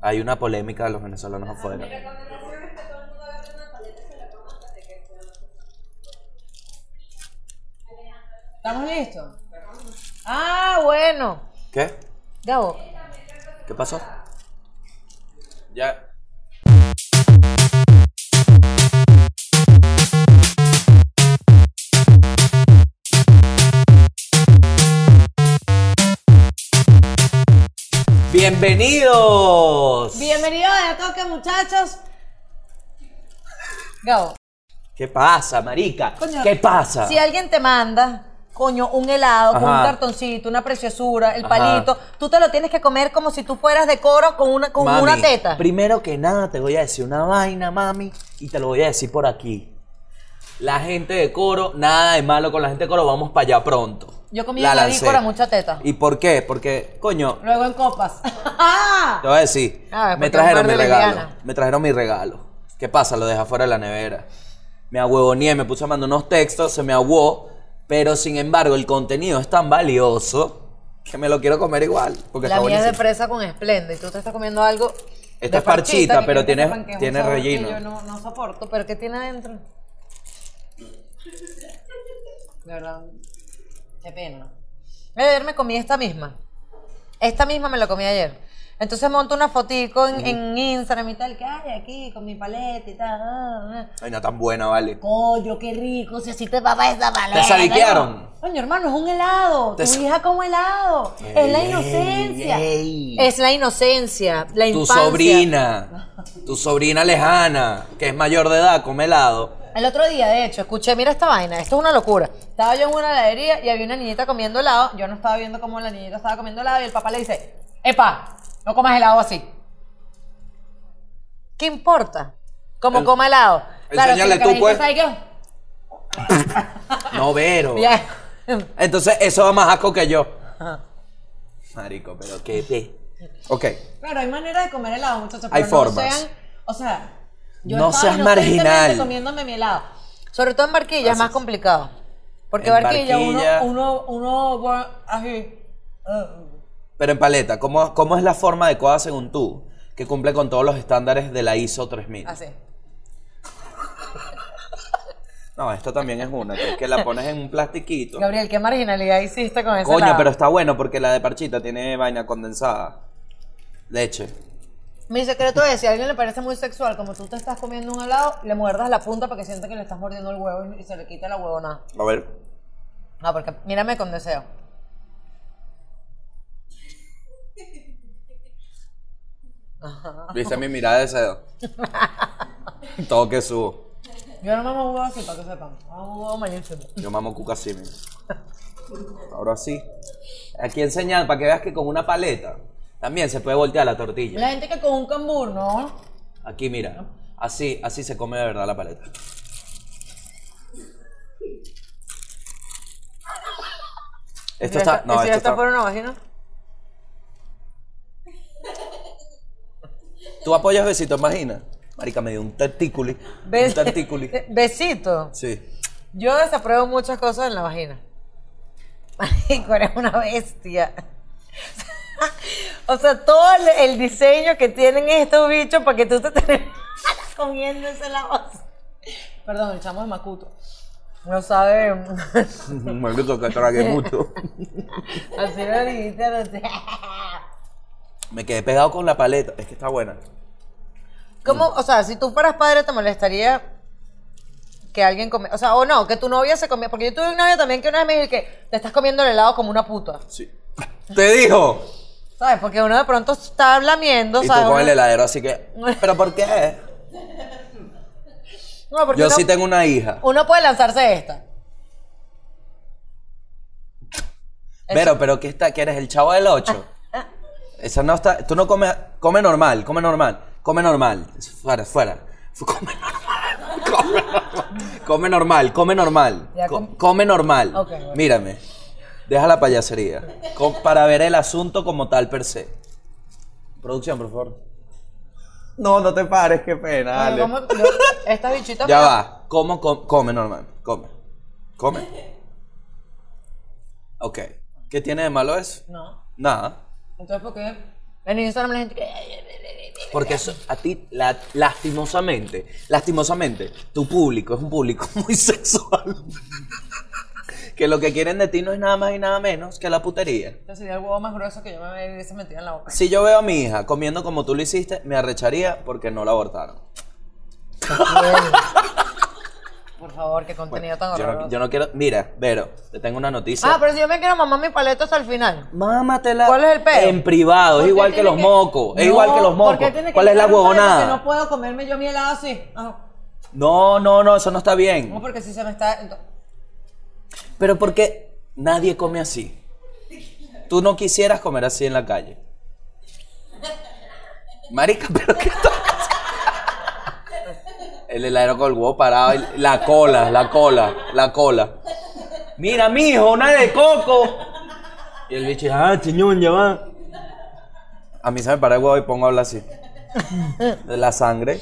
Hay una polémica de los venezolanos afuera. ¿Estamos listos? Ah, bueno. ¿Qué? Gabo, ¿Qué pasó? Ya. Bienvenidos. bienvenidos a Toque, muchachos. Gabo, ¿Qué pasa, marica? Coño. ¿Qué pasa? si alguien te manda, coño, un helado con un Ah. Ajá. cartoncito, una preciosura, el Ajá. palito, tú te lo tienes que comer como si tú fueras de coro con una, con Mami, una teta. Primero que nada, te voy a decir una vaina, mami, y te lo voy a decir por aquí. La gente de coro, nada de malo con la gente de coro, vamos para allá pronto. Yo comí La la lancé. vícora, mucha teta. ¿Y por qué? Porque, coño, Luego en copas. ¡Ah! te voy a decir, Ah, porque me es trajeron un mi par de regalo. lesbianas. Me trajeron mi regalo. ¿Qué pasa? Lo dejé afuera de la nevera. Me ahuevoneé, me puse a mandar unos textos, se me aguó, pero sin embargo, el contenido es tan valioso que me lo quiero comer igual. Porque La está mía es de buenísimo. presa con esplenda y tú te estás comiendo algo. Esta de es parchita, pero que quiero que tiene- sepan que es un tiene sabor que relleno. Yo no, no soporto, pero ¿qué tiene adentro? De verdad, qué pena. Ayer me comí esta misma. Esta misma me la comí ayer. Entonces monto una fotico en, en Instagram y tal, que hay aquí con mi paleta y tal. ah, ah. Ay, no tan buena, vale. Coño, qué rico, si así te va a esa paleta. sabiquearon? Coño, hermano, es un helado. Te Tu sa- hija come helado. es la Ey, inocencia. ey. Es la inocencia, la tu infancia. sobrina, tu sobrina lejana, que es mayor de edad, come helado. El otro día, de hecho, escuché, mira esta vaina, esto es una locura. Estaba yo en una heladería y había una niñita comiendo helado. Yo no estaba viendo cómo la niñita estaba comiendo helado y el papá le dice, epa, no comas helado así. ¿Qué importa? Como El- coma helado. Enséñale si la tú, carajita pues. sabe que- No, Vero. Ya. Entonces, eso da más asco que yo. Marico, pero qué pe. Ok. Claro, hay manera de comer helado, muchachos. Hay pero No formas. sean, o sea, No estaba seas inocentemente marginal. comiéndome mi helado. Sobre todo en Barquilla es más complicado. Porque En Barquilla, Barquilla- uno, uno, uno, va así. uh, Pero en paleta, ¿cómo, cómo es la forma adecuada según tú? Que cumple con todos los estándares de la ISO 3000. Así. No, esto también es una, que, que la pones en un plastiquito. Gabriel, ¿qué marginalidad hiciste con ese Coño, helado? pero está bueno porque la de parchita tiene vaina condensada. Leche. Mi secreto es, si a alguien le parece muy sexual, como tú te estás comiendo un helado, le muerdas la punta para que sienta que le estás mordiendo el huevo y se le quita la huevona. A ver. No, porque mírame con deseo. Viste mi mirada de deseo. Todo que subo. Yo no me hago huevo así, para que sepan. Me hago huevo malísimo. Yo mamo cuca así, mira. Ahora sí. Aquí enseñar para que veas que con una paleta también se puede voltear la tortilla. La gente que con un cambur, ¿no? Aquí, mira. Así, así se come de verdad la paleta. Esto ¿Y está. esta- y No, si esto esta está. fuera una vagina? Tú apoyas besito, imagina. Marica, me dio un testículo. Un Bes- testículo. Besito. Sí. Yo desapruebo muchas cosas en la vagina. Marico, eres una bestia. o sea, todo el- el diseño que tienen estos bichos para que tú te termines comiendo ese lado. Perdón, el chamo de Macuto. No sabe. Marico, que tragué mucho. Así lo dijiste. no sé. Me quedé pegado con la paleta. Es que está buena. ¿Cómo? O sea, si tú fueras padre, ¿te molestaría que alguien come? O sea, o no, que tu novia se comía. Porque yo tuve un novio también que una vez me dijo que te estás comiendo el helado como una puta. Sí. ¡Te dijo! ¿Sabes? Porque uno de pronto está lamiendo, Y tú ¿sabes? con el Uno- heladero, así que. ¿Pero por qué? No, porque Yo uno, sí tengo una hija. uno puede lanzarse esta. Pero, pero ¿qué está? ¿Qué eres? ¿El chavo del 8? Ah, Esa no está. Tú no comes. Come normal, come normal. Come normal. Fuera, fuera. Fu- Come normal. Come normal. Come normal, come normal. Ya, Co- com- come normal. Ok, bueno. Mírame. Deja la payasería. Co- para ver el asunto como tal per se. Producción, por favor. No, no te pares, qué pena. Bueno, dale. como- yo- estas bichitas. Ya me- va. ¿Cómo com- come normal? Come. Come. Ok. ¿Qué tiene de malo eso? No. Nada. Entonces, ¿por qué? En Instagram la gente. que- Porque eso, a ti, la- lastimosamente, lastimosamente, tu público es un público muy sexual. que lo que quieren de ti no es nada más y nada menos que la putería. Entonces Este sería el huevo más grueso que yo me hubiese metido en la boca. Si yo veo a mi hija comiendo como tú lo hiciste, me arrecharía porque no la abortaron. Por favor, qué contenido tan Yo horroroso. no, yo no quiero. Mira, Vero, te tengo una noticia. Ah, pero si yo me quiero mamar mi paleta hasta el final. Mámatela. ¿Cuál es el pedo? En privado, ¿Por es qué igual que tiene los mocos. Es No, igual que los ¿por qué mocos. tiene que ¿Cuál es la ser un paleta que huevonada? No puedo comerme yo mi helado así. Ah, No, no, no, eso no está bien. No, porque si se me está... ento- Pero porque nadie come así. Tú no quisieras comer así en la calle. Marica, pero qué estás. El heladero con el huevo parado, y la cola, la cola, la cola. Mira, mijo, una de coco. Y el bicho, ah, chiñón, ya va. A mí se me para el huevo y pongo a hablar así. De la sangre.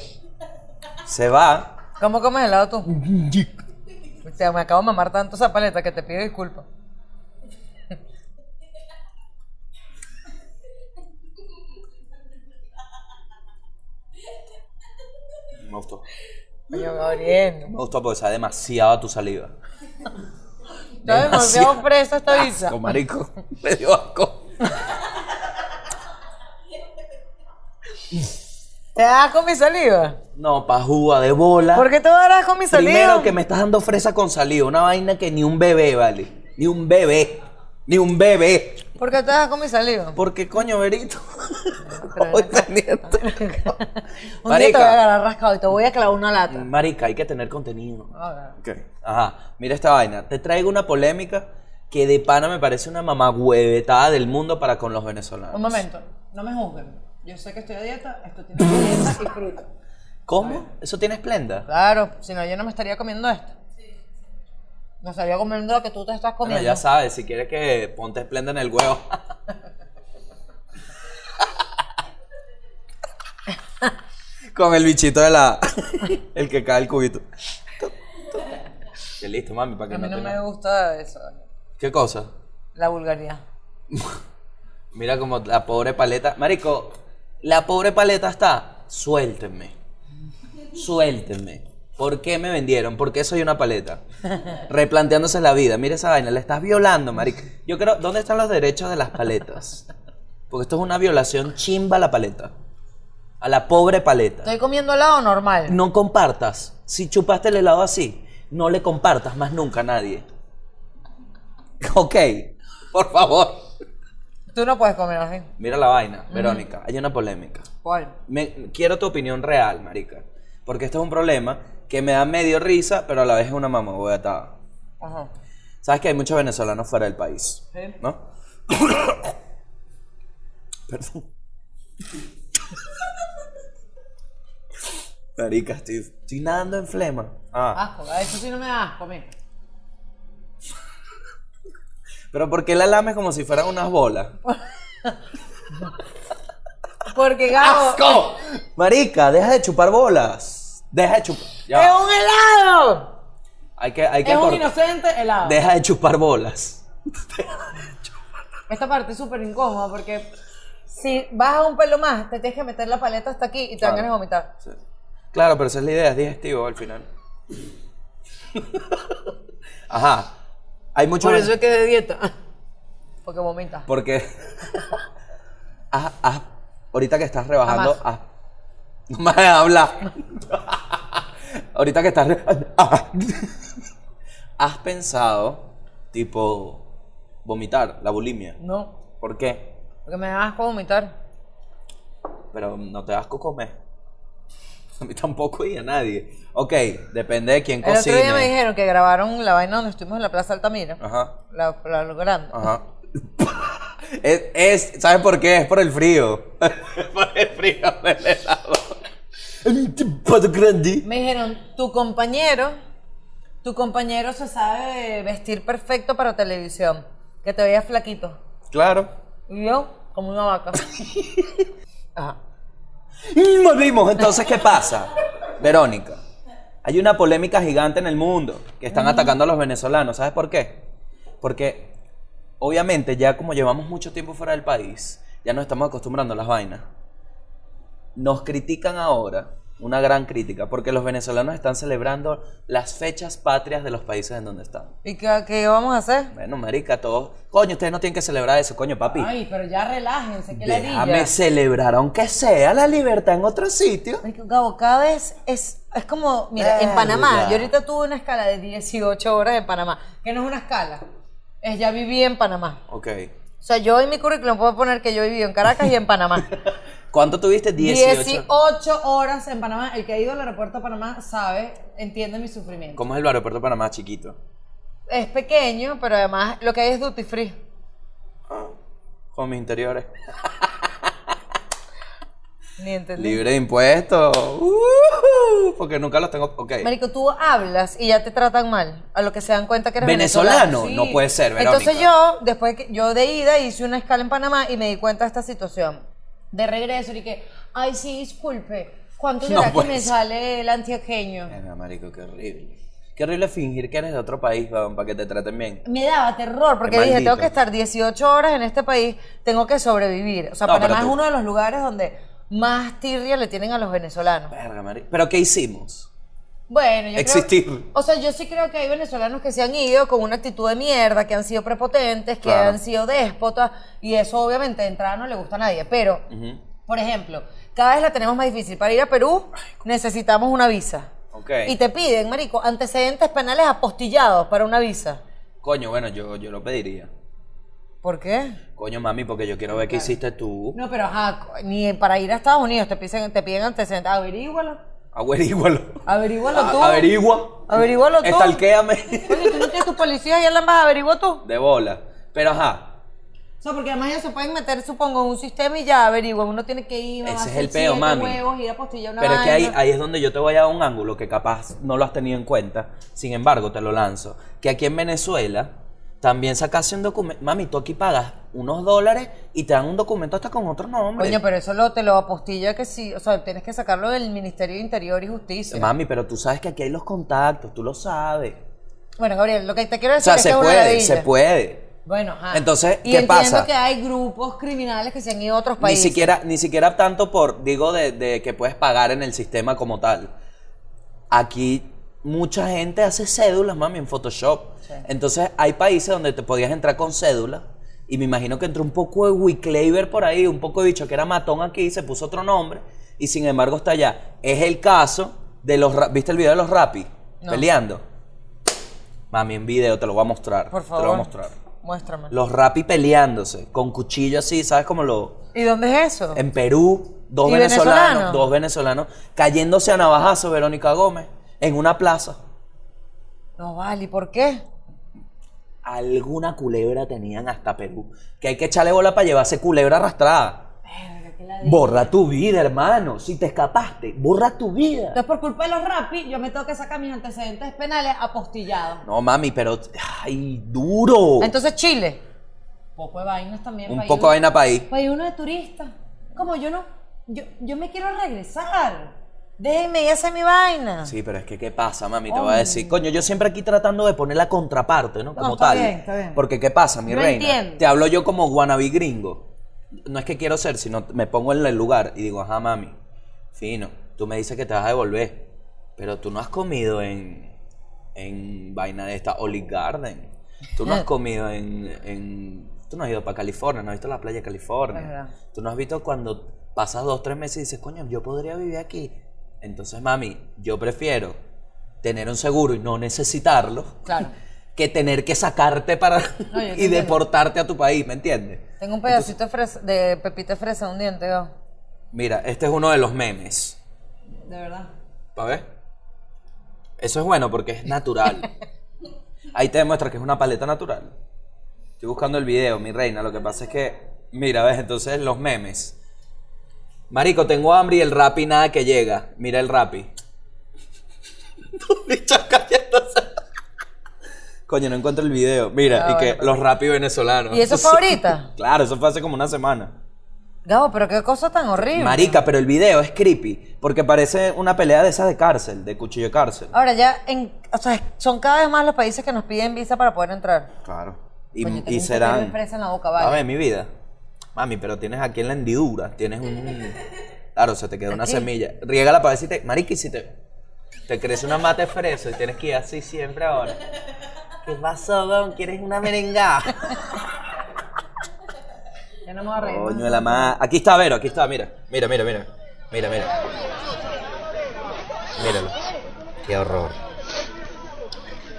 Se va. ¿Cómo comes helado tú? O sea, me acabo de mamar tanto esa paleta que te pido disculpas. Me gustó. Coño, Gabriel. Me gustó porque sabe demasiado a tu saliva. Ya me volvió Demasiado. fresa esta visa. Asco, marico. Me dio asco. ¿Te das con mi saliva? No, pa' juga de bola. ¿Por qué te darás con mi saliva? Primero que me estás dando fresa con saliva. Una vaina que ni un bebé, vale. Ni un bebé. Ni un bebé. ¿Por qué te das con mi saliva? Porque coño, Berito? Pero Hoy ven acá. teniente. Un día te voy Marica. a Mm. agarrar rascado y te voy a clavar una lata. Marica, hay que tener contenido. Ahora, Ok. Ajá. Mira esta vaina. Te traigo una polémica que de pana me parece una mamagüevetada del mundo para con los venezolanos. Un momento, no me juzguen. Yo sé que estoy a dieta, esto tiene dieta y fruta. ¿Cómo? ¿Eso tiene esplenda? Claro, si no yo no me estaría comiendo esto. No estaría comiendo lo que tú te estás Bueno, comiendo. ya sabes, si quieres que ponte esplenda en el huevo. Con el bichito de la. el que cae el cubito. Qué listo, mami, para que a mí no, no te me enojes. gusta eso. ¿Qué cosa? La vulgaridad. Mira como la pobre paleta. Marico, la pobre paleta está. Suéltenme. Suéltenme. ¿Por qué me vendieron? ¿Por qué soy una paleta? Replanteándose la vida. Mira esa vaina, la estás violando, marico. Yo creo, ¿dónde están los derechos de las paletas? Porque esto es una violación chimba a la paleta. A la pobre paleta. Estoy comiendo helado normal. No compartas. Si chupaste el helado así, no le compartas más nunca a nadie. Ok, por favor. Tú no puedes comer así. Mira la vaina, Verónica, hay una polémica. ¿Cuál? Me- quiero tu opinión real, marica. Porque esto es un problema que me da medio risa, pero a la vez es una mamagüetada. Ajá. Sabes que hay muchos venezolanos fuera del país, Sí. ¿no? Perdón. Marica, estoy, estoy nadando en flema. Ah, Asco, a eso sí no me da asco, a mí. pero ¿por qué la lames como si fueran unas bolas? Oh. Porque Gabo... ¡Asco! Marica, deja de chupar bolas. Deja de chupar. ¡Es Ya. un helado! Hay que, hay que Es un cortar. inocente helado. Deja de chupar bolas. Esta parte es súper incómoda porque si bajas un pelo más, te tienes que meter la paleta hasta aquí y te Claro. van a ganas de vomitar. Sí. Claro, pero esa es la idea, es digestivo al final. Ajá. Hay mucho. es que de dieta. Porque vomitas. Porque. Ajá, ajá. ahorita que estás rebajando. Jamás. ah. No me dejes hablar. ahorita que estás. re- ah. ¿Has pensado, tipo, vomitar, la bulimia? No, ¿Por qué? porque me da asco vomitar. Pero no te das asco comer. A mí tampoco y a nadie. Ok, depende de quién El otro día me cocine. dijeron que grabaron la vaina donde estuvimos en la Plaza Altamira. Ajá, La, la grande. ajá. es, es- ¿Sabes por qué? Es por el frío. por el frío del helado. Un pato grande. Me dijeron, tu compañero, tu compañero se sabe vestir perfecto para televisión. Que te veías flaquito. Claro. Y yo, como una vaca. Ajá. Mm, Volvimos, entonces, ¿qué pasa? Verónica, hay una polémica gigante en el mundo que están Mm. atacando a los venezolanos. ¿Sabes por qué? Porque, obviamente, ya como llevamos mucho tiempo fuera del país, ya nos estamos acostumbrando a las vainas. nos critican ahora, una gran crítica, porque los venezolanos están celebrando las fechas patrias de los países en donde están. ¿Y qué, qué vamos a hacer? Bueno, marica, todos, coño, ustedes no tienen que celebrar eso, coño, papi. Ay, pero ya relájense, que la Déjame celebrar, aunque sea la libertad en otro sitio. Marico, Gabo, cada vez es, es como, mira, en Panamá, Verga. yo ahorita tuve una escala de 18 horas en Panamá, que no es una escala, es ya viví en Panamá. Ok. O sea, yo en mi currículum puedo poner que yo viví en Caracas y en Panamá. ¿Cuánto tuviste? 18. 18 horas en Panamá. El que ha ido al aeropuerto de Panamá sabe, entiende mi sufrimiento. ¿Cómo es el aeropuerto de Panamá chiquito? Es pequeño, pero además lo que hay es duty free. Con mis interiores. Ni entendí. Libre de impuestos. ¡Ujú! porque nunca los tengo. Ok. Marico, tú hablas y ya te tratan mal, a lo que se dan cuenta que eres Venezolano, venezolano. Sí. no puede ser, Verónica. Entonces yo, después que yo de ida hice una escala en Panamá y me di cuenta de esta situación. De regreso y que, ay sí, disculpe, ¿cuánto No será que puede me ser. sale el antioqueño? Verga, marico, qué horrible. Qué horrible fingir que eres de otro país, weón, para que te traten bien. Me daba terror porque Qué dije, maldito. tengo que estar 18 horas en este país, tengo que sobrevivir. O sea, No, pero Panamá es tú- uno de los lugares donde más tirria le tienen a los venezolanos. Verga, marico. ¿Pero qué hicimos? Bueno, yo Existir. creo... O sea, yo sí creo que hay venezolanos que se han ido con una actitud de mierda, que han sido prepotentes, que Claro. han sido déspotas, y eso obviamente de entrada no le gusta a nadie. Pero, Ujú. por ejemplo, cada vez la tenemos más difícil. Para ir a Perú necesitamos una visa. Ok. Y te piden, marico, antecedentes penales apostillados para una visa. Coño, bueno, yo, yo lo pediría. ¿Por qué? Coño, mami, porque yo quiero ver qué hiciste tú. No, pero ajá, co- ni para ir a Estados Unidos te piden, te piden antecedentes. Averígualo. Averígualo. Averígualo tú. A- Ah, Averigua. Averígualo tú. Estalquéame. Oye, tú no tienes tu policía allá en la embajada, averigua tú. De bola. Pero ajá, O sea, porque además ya se pueden meter, supongo, en un sistema y ya averiguan. Uno tiene que ir Ese a es el peo, mami. huevos, ir a postillar una pero es que ahí, vaina. ahí es donde yo te voy a dar un ángulo que capaz no lo has tenido en cuenta. Sin embargo, te lo lanzo. Que aquí en Venezuela también sacase un documento. Mami, tú aquí pagas unos dólares y te dan un documento hasta con otro nombre. Coño, pero eso lo, te lo apostilla que sí. O sea, tienes que sacarlo del Ministerio de Interior y Justicia. Mami, pero tú sabes que aquí hay los contactos, tú lo sabes. Bueno, Gabriel, lo que te quiero O decir sea, es que se es una puede, ladilla. se puede. Bueno, ajá. Entonces, y ¿qué entiendo pasa? que hay grupos criminales que se han ido a otros Ni países. siquiera, ni siquiera tanto por, digo, de, de que puedes pagar en el sistema como tal. Aquí mucha gente hace cédulas, mami, en Photoshop. Entonces hay países donde te podías entrar con cédula. Y me imagino que entró un poco de Wicklaver por ahí, un poco de bicho que era matón aquí, se puso otro nombre. Y sin embargo está allá. Es el caso de los... ra- ¿Viste el video de los Rappi? No. Peleando. Mami, en video te lo voy a mostrar. Por Te lo voy favor. a mostrar. Muéstrame. Los Rappi peleándose, con cuchillo así, ¿sabes cómo lo...? ¿Y dónde es eso? En Perú, dos ¿Y venezolanos, venezolanos? dos venezolanos cayéndose a navajazo Verónica Gómez en una plaza. No vale, ¿y por qué? Alguna culebra tenían hasta Perú. Que hay que echarle bola para llevarse culebra arrastrada. Borra tu vida, hermano. Si te escapaste, borra tu vida. Entonces, por culpa de los rapis, yo me tengo que sacar mis antecedentes penales apostillados. No, mami, pero. ¡Ay, duro! Entonces, Chile. Poco de vainas también. Uh. Un país poco uno- vaina para ahí. País uno de turistas. Como yo no. Yo, yo me quiero regresar. Déjenme y hacer mi vaina. Sí, pero es que ¿qué pasa, mami? Te voy a decir, coño, yo siempre aquí tratando de poner la contraparte, ¿no? Como está tal. bien, está bien. Porque ¿qué pasa, mi Yo reina? entiendo. Te hablo yo como wannabe gringo. No es que quiero ser, sino me pongo en el lugar y digo, ajá, mami, fino, tú me dices que te vas a devolver, pero tú no has comido en, en vaina de esta Olive Garden. Tú Eh. no has comido en, en- Tú no has ido para California, no has visto la playa de California. Es verdad. Tú no has visto cuando pasas dos, tres meses y dices, coño, yo podría vivir aquí. Entonces, mami, yo prefiero tener un seguro y no necesitarlo Claro. que tener que sacarte para No, yo te y entiendo. deportarte a tu país, ¿me entiendes? Tengo un pedacito de, fresa- de pepita de fresa, un diente, yo. Mira, este es uno de los memes. De verdad. ¿Para ver? Eso es bueno porque es natural. Ahí te demuestra que es una paleta natural. Estoy buscando el video, mi reina. Lo que pasa es que, mira, ves, entonces los memes. Marico, tengo hambre y el rapi nada que llega. Mira el rapi. Los bichos cayéndose. Coño, no encuentro el video. Mira, Ah, y que bueno, los rapi venezolanos. ¿Y eso fue ahorita? claro, eso fue hace como una semana. Gabo, pero qué cosa tan horrible. Marica, pero el video es creepy. Porque parece una pelea de esas de cárcel, de cuchillo de cárcel. Ahora ya, en, o sea, son cada vez más los países que nos piden visa para poder entrar. Claro. Y, Coño, Mm, y tengo un poquito de serán. fresa en la boca, A vale. ver, mi vida. Mami, pero tienes aquí en la hendidura, tienes un. Claro, se te queda una Aquí. semilla. Riega la cabeza y te. Marica, y si te. Te crece una mate fresa y tienes que ir así siempre ahora. Ah, ¿Qué pasó, weón? ¿Quieres una merengada? Ya no me voy a reír. Coño de la ma- Aquí está Vero, aquí está, mira. Mira, mira, mira. Mira, mira. Míralo. Qué horror.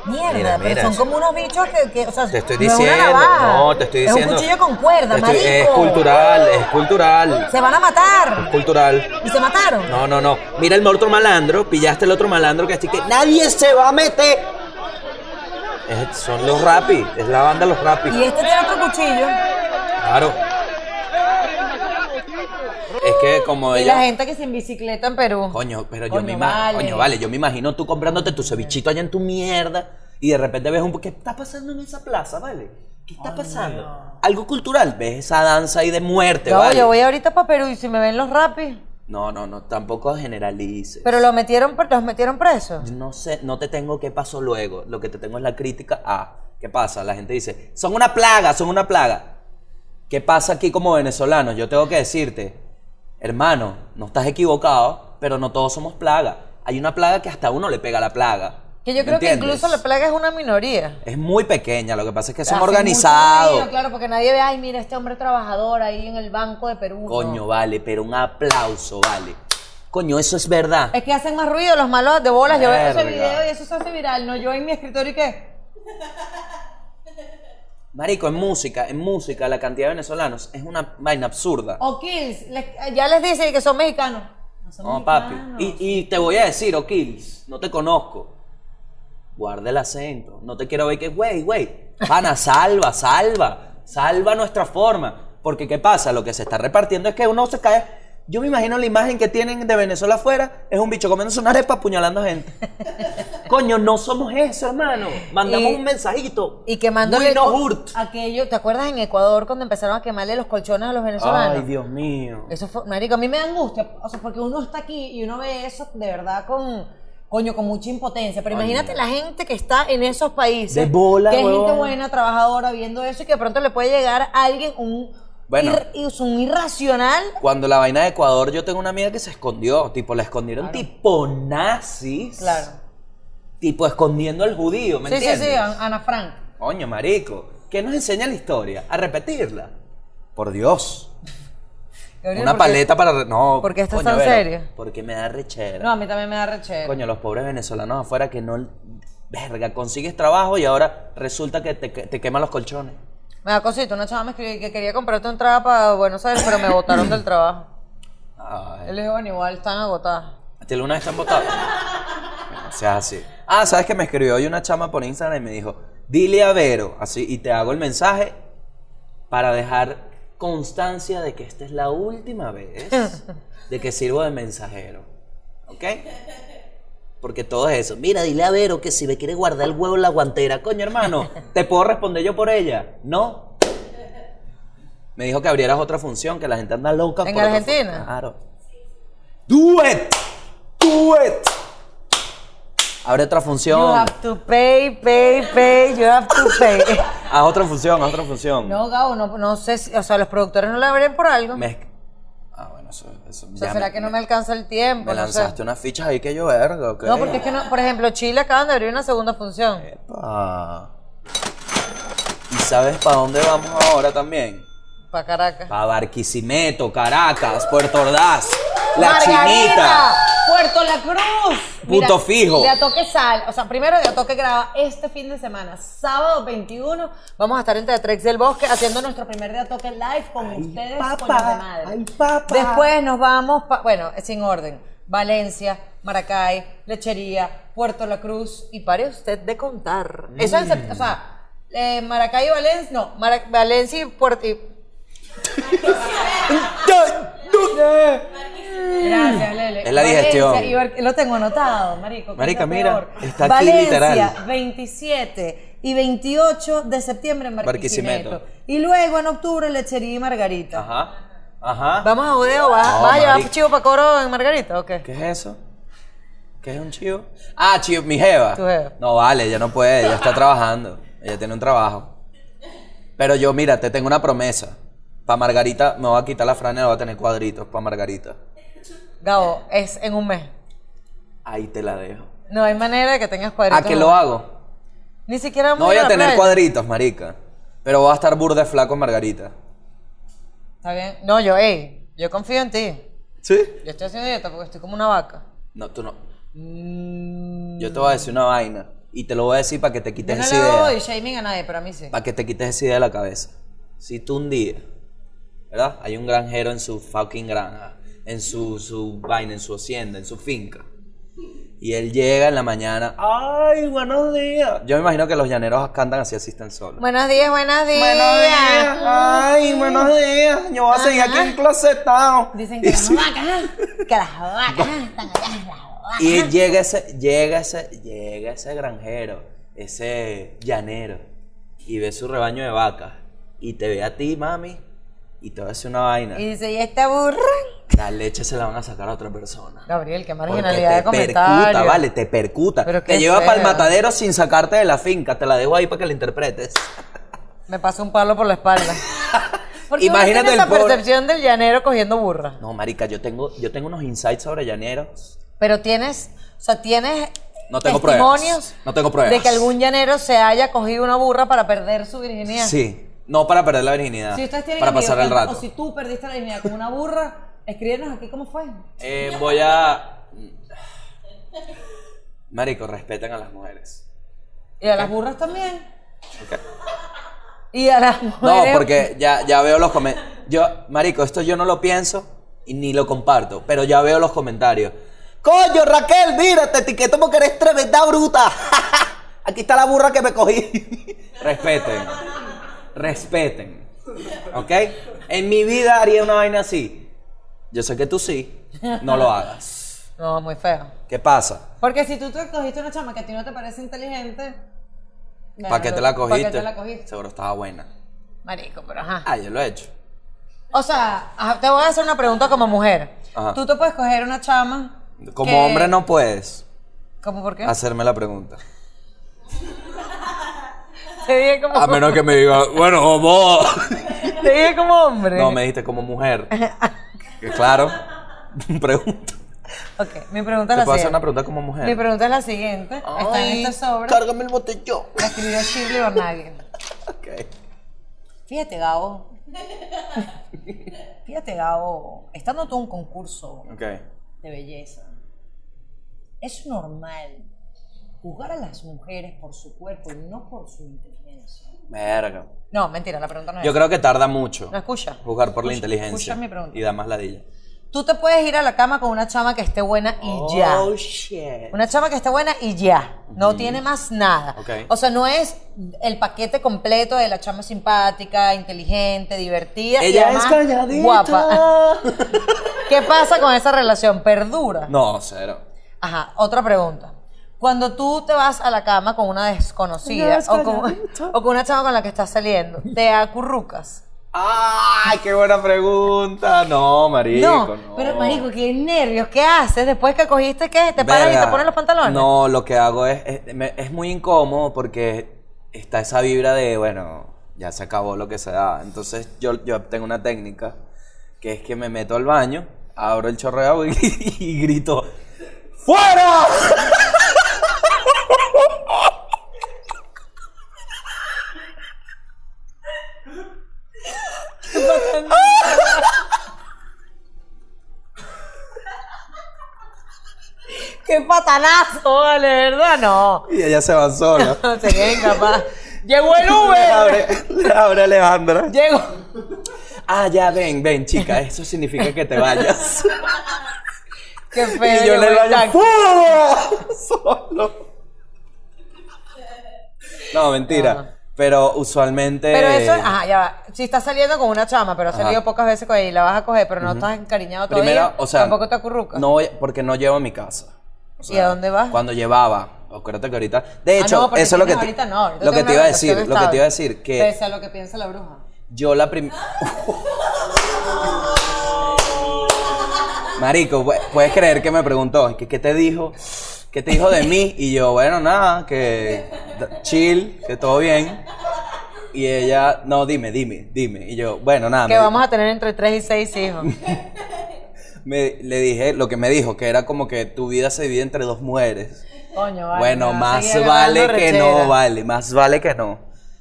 Mierda, Mira, pero mira. son como unos bichos que, que, o sea, Te estoy no es una diciendo. navaja, no, te estoy diciendo. Es un cuchillo con cuerda, Te estoy- marico. Es cultural, es cultural. Se van a Es matar. cultural. Y se mataron. No, no, no. Mira el otro malandro, pillaste el otro malandro que así que nadie se va a meter. Es- son los rapi, es la banda los Y rapi. este tiene otro cuchillo. Claro. Es que como Y la ella. gente que se en bicicleta en Perú. Coño, pero yo Coño, me imagino. vale. Coño, vale, yo me imagino tú comprándote tu cevichito allá en tu mierda y de repente ves un po- ¿Qué está pasando en esa plaza, vale? ¿Qué está pasando? Algo cultural, ves esa danza ahí de muerte, Yo, vale. yo voy ahorita para Perú y si me ven los rapis. No, no, no, tampoco generalices. Pero los metieron, los metieron presos. No sé, no te tengo qué pasó luego. Lo que te tengo es la crítica a qué pasa. La gente dice, son una plaga, son una plaga. ¿Qué pasa aquí como venezolanos? Yo tengo que decirte, hermano, no estás equivocado, pero no todos somos plaga. Hay una plaga que hasta a uno le pega la plaga. Que yo ¿Me creo que entiendes? incluso la plaga es una minoría. es muy pequeña. Lo que pasa es que son Hace mucho organizados. ruido, Claro, porque nadie ve, ay, mira, este hombre trabajador ahí en el Banco de Perú. no. Coño, vale, pero un aplauso, vale. Coño, eso es verdad. Es que hacen más ruido los malos de bolas. Yo veo ese Verga. video y eso se hace viral. No, yo en mi escritorio y qué. Marico, en música, en música, la cantidad de venezolanos es una vaina absurda. O Kills, les- ya les dicen que son mexicanos. No son No, papi. mexicanos. Y, y te voy a decir, O'Kills, no te conozco. Guarda el acento. No te quiero ver que, güey, güey. Pana, salva, salva. Salva nuestra forma. Porque, ¿qué pasa? Lo que se está repartiendo es que uno se cae. Yo me imagino la imagen que tienen de Venezuela afuera es un bicho comiéndose una arepa apuñalando gente. Coño, no somos eso, hermano. Mandamos Y- un mensajito. Y quemándole We el no co- hurt. aquello, ¿te acuerdas en Ecuador cuando empezaron a quemarle los colchones a los venezolanos? Ay, Dios mío. Eso fue, marico, a mí me da angustia, o sea, porque uno está aquí y uno ve eso de verdad con, coño, con mucha impotencia. Pero Coño. imagínate la gente que está en esos países. De bola, Que es gente huevón. buena, trabajadora, viendo eso y que de pronto le puede llegar a alguien un, Bueno. ir- es un irracional. Cuando la vaina de Ecuador, yo tengo una amiga que se escondió. Tipo, la escondieron tipo nazis. Claro. Tipo, escondiendo al judío, ¿me Sí, sí, entiendes? sí, An- Ana Frank. Coño, marico. ¿Qué nos enseña la historia? A repetirla. Por Dios. Gabriel, una ¿por qué? paleta para... re- No, ¿Por qué estás coño, tan Vero, serio? Porque me da rechera. No, eh. a mí también me da rechera. Coño, los pobres venezolanos afuera que no... Verga, consigues trabajo y ahora resulta que te, que- te queman los colchones. Me da cosita, una chava me escribió que quería comprarte un trago para Buenos Aires, pero me botaron del trabajo. Ay. Él dijo, bueno, igual están agotadas. ¿Te alguna vez te han votado? O sea, así. Ah, ¿sabes que me escribió hoy una chama por Instagram y me dijo, dile a Vero, así, y te hago el mensaje para dejar constancia de que esta es la última vez de que sirvo de mensajero. ¿Ok? Porque todo es eso. Mira, dile a Vero que si me quiere guardar el huevo en la guantera, coño hermano, ¿te puedo responder yo por ella? No. Me dijo que abrieras otra función, que la gente anda loca. ¿En por otra fun- Argentina? Claro. Do it. Do it. Abre otra You función. have to pay, pay, pay, you have to pay. Haz Ah, otra función, haz otra función. No, Gabo, no, no sé, si, o sea, los productores no le abren por algo. Me- Ah, bueno, eso. eso o sea, ya ¿será que no me alcanza el tiempo? Me No sé. lanzaste unas fichas ahí que yo verga, ¿ok? No, porque es que no, por ejemplo, Chile acaban de abrir una segunda función. Eh. Epa. ¿Y sabes para dónde vamos ahora también? Para Caracas. Para Barquisimeto, Caracas, Puerto Ordaz, La Margarita, Chinita. Puerto La Cruz. Punto fijo. De a toque sal. O sea, primero de a toque graba este fin de semana, sábado 21. Vamos a estar en Teatrex del Bosque haciendo nuestro primer de a toque live con ustedes, papá, coños de madre. ay, papá. Después nos vamos, pa- bueno, sin orden. Valencia, Maracay, Lechería, Puerto La Cruz y pare usted de contar. Eso en sept- o sea, Mm. eh, Maracay y Valencia, no, Mara- Valencia y Puerto. y- Gracias, Lele. Es la digestión. Valencia y Bar- lo tengo anotado, marico. que Marica, es lo mira, peor. está aquí Valencia, literal. 27 y 28 de septiembre en Barquisimeto. Barquisimeto. Y luego en octubre Lechería y Margarita. Ajá. Ajá. ¿Vamos a jodeo? ¿Vas No, vas a llevar Oh, marica. chivo para coro en Margarita o qué? ¿Qué es eso? ¿Qué es un chivo? Ah, chivo, mi jeva. Tu jeva. No vale, ella no puede, ella está trabajando. Ella tiene un trabajo. Pero yo, mira, te tengo una promesa. Para Margarita me voy a quitar la franela, voy a tener cuadritos para Margarita. Gabo, es en un mes. Ahí te la dejo. No hay manera de que tengas cuadritos. ¿A Ah, que lo hago? Ni siquiera vamos No voy ir a la tener playa. cuadritos, marica. Pero voy a estar burda de flaco, Margarita. Está bien. No, yo, ey, yo confío en ti. ¿Sí? Yo estoy haciendo dieta porque estoy como una vaca. No, tú no. Mm. Yo te voy a decir una vaina. Y te lo voy a decir para que te Yo quites no esa le hago body idea. shaming a nadie, pero a mí sí. Para que te quites esa idea de la cabeza. Si tú un día, ¿verdad? Hay un granjero en su fucking granja, en su, su vaina, en su hacienda, en su finca. Y él llega en la mañana. ¡Ay, buenos días! Yo me imagino que los llaneros cantan así, así están solos. Buenos días, buenos días. Ah. Ay, buenos días. Yo voy a seguir aquí enclosetado. Dicen Y que las sí. vacas, que ¿eh? las vacas están allá, las vacas. Y llega ese, llega ese, llega ese granjero, ese llanero, y ve su rebaño de vacas, y te ve a ti, mami, y te va a hacer una vaina. Y dice, ¿y este esta burra? La leche se la van a sacar a otra persona. Gabriel, qué Porque marginalidad te de percuta, comentario. vale, te percuta. Pero Te qué lleva para el feo. matadero sin sacarte de la finca, te la dejo ahí para que la interpretes. Me pasó un palo por la espalda. Imagínate Porque Imagínate el la pobre- percepción del llanero cogiendo burra. No, marica, yo tengo, yo tengo unos insights sobre llaneros. Pero tienes, o sea, tienes No tengo testimonios pruebas. No tengo pruebas. de que algún llanero se haya cogido una burra para perder su virginidad. Sí. No para perder la virginidad. Si ustedes tienen para amigos pasar que- el rato. O si tú perdiste la virginidad con una burra, escríbenos aquí cómo fue. Eh, voy a. Marico, respeten a las mujeres. Y a las burras también. Ok. Y a las No, mujeres. porque ya, ya veo los comentarios. Yo, Marico, esto yo no lo pienso y ni lo comparto, pero ya veo los comentarios. Coño, Raquel, mira, te etiqueto porque eres tremenda bruta. Aquí está la burra que me cogí. respeten. Respeten. ¿Ok? En mi vida haría una vaina así. Yo sé que tú sí. No lo hagas. No, muy feo. ¿Qué pasa? Porque si tú te cogiste una chama que a ti no te parece inteligente. bueno, ¿Para qué te la ¿pa' cogiste? qué te la cogiste? Seguro estaba buena. Marico, pero ajá. Ah, yo lo he hecho. O sea, ajá, te voy a hacer una pregunta como mujer. Ajá. Tú te puedes coger una chama. Como que- hombre no puedes ¿Cómo por qué? hacerme la pregunta. Te dije como, A menos que me diga, bueno, como... te dije como hombre. No, me dijiste como mujer. Que claro. Pregunta. Ok, mi pregunta ¿Te es puedo hacer la una siguiente. pregunta como Mi mujer? pregunta es la siguiente. Está en Ay, este sobre. Cárgame el botellón. La escribió Shirley Barnaghi. Ok. Fíjate, Gabo. Fíjate, Gabo. Estando tú en un concurso Ok. de belleza, es normal juzgar a las mujeres por su cuerpo y no por su inteligencia. Verga. No, mentira, la pregunta no es. Yo creo que tarda mucho No escucha. jugar por la Escucha- inteligencia. Ah. escucha mi pregunta. Y da más ladilla. Tú te puedes ir a la cama con una chama que esté buena y ya. Oh, shit. Una chama que esté buena y ya. No tiene más nada. Ok. O sea, no es el paquete completo de la chama simpática, inteligente, divertida. y Ella es además calladita. Guapa. ¿Qué pasa con esa relación? ¿Perdura? No, cero. Ajá, otra pregunta. Cuando tú te vas a la cama con una desconocida o con, o con una chama con la que estás saliendo, te acurrucas. ¡Ay, qué buena pregunta! No, marico, No, no. pero marico, qué nervios, ¿qué haces después que cogiste qué? ¿Te paras y Verga. te pones los pantalones? No, lo que hago es, es, me- es muy incómodo porque está esa vibra de, bueno, ya se acabó lo que se da. Entonces yo, yo tengo una técnica que es que me meto al baño, abro el chorro de agua y, y grito, ¡Fuera! ¡Qué patanazo, vale, verdad? No. Y ella se va sola. Sería incapaz. ¡Llegó el Le Uber! abre, le abre Alejandra. Llegó. Ah, ya, ven, ven, chica, eso significa que te vayas. Qué feo. Y yo llegó le el baño taxi. ¡Fuera! Solo. No, mentira. Ajá. Pero usualmente. Ah. Pero eso, ajá, ya va. Si estás saliendo con una chama, pero has Eh. Ajá. salido pocas veces con ella y la vas a coger, pero no estás encariñado Primero, todavía, o sea. tampoco te acurrucas. No, voy- porque no llevo a mi casa. O ¿Y a dónde vas? Cuando llevaba. Acuérdate que ahorita. De Ah, hecho, no, porque eso es lo que. tienes te- ahorita no, ahorita lo que tienes te una iba a relación decir. Lo que te iba a estable. decir. Que Pese a lo que piensa la bruja. yo la primera. Marico, pu- puedes creer que me preguntó. ¿Qué, ¿Qué te dijo? ¿Qué te dijo de mí? Y yo, bueno, nada, que da- chill, que todo bien. Y ella, no, dime, dime, dime. Y yo, bueno, nada. Que me- vamos a tener entre 3 y 6 hijos. me, le dije lo que me dijo, que era como que tu vida se divide entre dos mujeres. Coño, vale, bueno, me va a más seguir vale agarrando que rechera. no vale, más vale que no.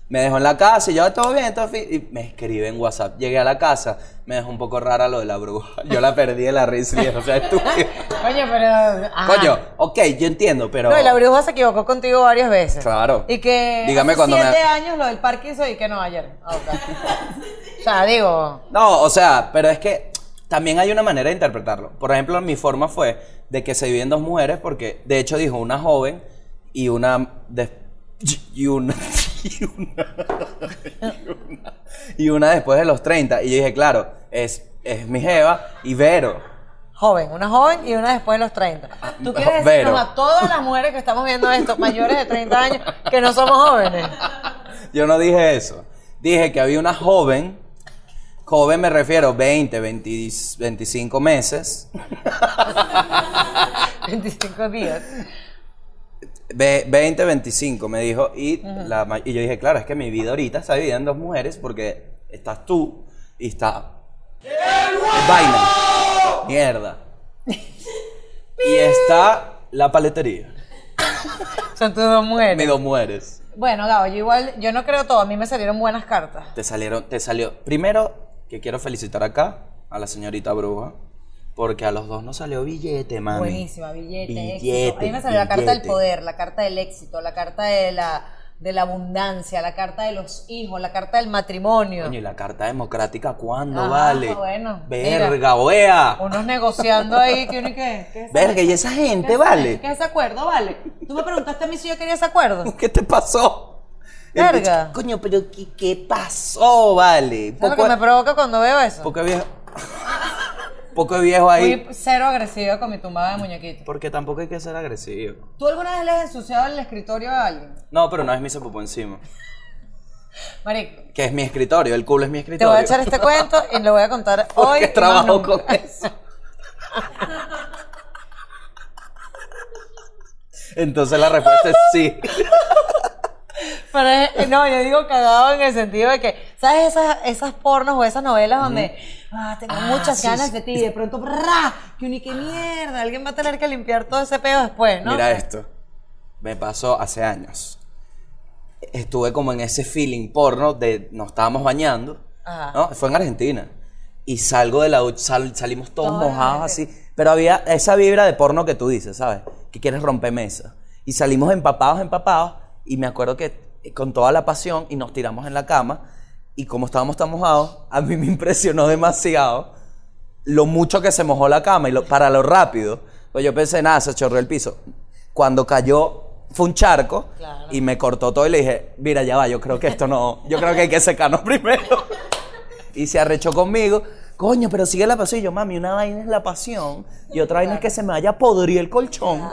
Me dejó en la casa y yo, "Ah, todo bien, todo fi-". Y me escribe en WhatsApp. Llegué a la casa, me dejó un poco rara lo de la bruja. Yo la perdí de la risa, y dije, o sea, estúpido. Coño, pero. ajá. Coño, ok, yo entiendo, pero... No, y la bruja se equivocó contigo varias veces. Claro. Y que. Dígame hace cuando me- siete años lo del Parkinson y que no, ayer. Ah, ok. o sea, digo. No, o sea, pero es que también hay una manera de interpretarlo. Por ejemplo, mi forma fue de que se dividen dos mujeres porque, de hecho, dijo una joven y una... des- y una... Y una, y una después de los 30. Y yo dije, claro, es, es mi jeva y Vero. Joven, una joven y una después de los 30. Ah, ¿Tú quieres Vero. decirnos a todas las mujeres que estamos viendo esto, mayores de 30 años, que no somos jóvenes? Yo no dije eso. Dije que había una joven, joven me refiero 20, 20 25 meses, 25 días. Ve- 20, 25 me dijo y, la ma- y yo dije, claro, es que mi vida ahorita está dividida en dos mujeres porque estás tú y está vaina, mierda. y está la paletería. Son tus dos mujeres. Mis dos mujeres. Bueno, Gabo, yo igual, yo no creo todo. A mí me salieron buenas cartas. Te salieron, te salió. Primero, que quiero felicitar acá a la señorita bruja. Porque a los dos nos salió billete, mami. Buenísima, billete, Billete, éxito. A mí me salió la carta del billete. poder, la carta del éxito, la carta de la, de la abundancia, la carta de los hijos, la carta del matrimonio. Coño, ¿y la carta democrática cuándo Ajá, vale? bueno, mira. Verga, oea. Unos negociando ahí, que uno y que. ¿qué es- Verga, y esa gente, vale. ¿Qué es ese acuerdo, vale? Tú me preguntaste a mí si yo quería ese acuerdo. ¿Qué te pasó? El Verga. bicho, Coño, pero ¿qué, qué pasó, vale? ¿Sabes lo que me provoca cuando veo eso? poco viejo. poco viejo ahí. Fui cero agresiva con mi tumbada de muñequito. Porque tampoco hay que ser agresivo. ¿Tú alguna vez le has ensuciado el escritorio a alguien? No, pero una vez me hizo popó encima. Marico, Que es mi escritorio, el culo es mi te escritorio. voy a echar este cuento y lo voy a contar hoy. Porque y más trabajo nunca. con eso. Entonces la respuesta es sí. Pero es- no, yo digo cagado en el sentido de que, ¿sabes esas, esas pornos o esas novelas donde ah, tengo Ah, muchas sí, ganas sí. de ti y de pronto, ¡bra! que ni qué mierda, alguien va a tener que limpiar todo ese pedo después, ¿no? Mira esto. Me pasó hace años. Estuve como en ese feeling porno de nos estábamos bañando. Ajá. ¿no? Fue en Argentina. Y salgo de la ducha, sal- salimos todos Todos mojados así. así. Pero había esa vibra de porno que tú dices, ¿sabes? Que quieres romper mesa. Y salimos empapados, empapados. Y me acuerdo que eh, con toda la pasión y nos tiramos en la cama. Y como estábamos tan mojados, a mí me impresionó demasiado lo mucho que se mojó la cama y lo- para lo rápido. Pues yo pensé, nada, se chorreó el piso. Cuando cayó, fue un charco Claro. y me cortó todo y le dije, mira, ya va, yo creo que esto no, yo creo que hay que secarnos primero. y se arrechó conmigo. Coño, pero sigue la pasión. Y yo, mami, una vaina es la pasión y otra vaina es que se me haya podrido el colchón.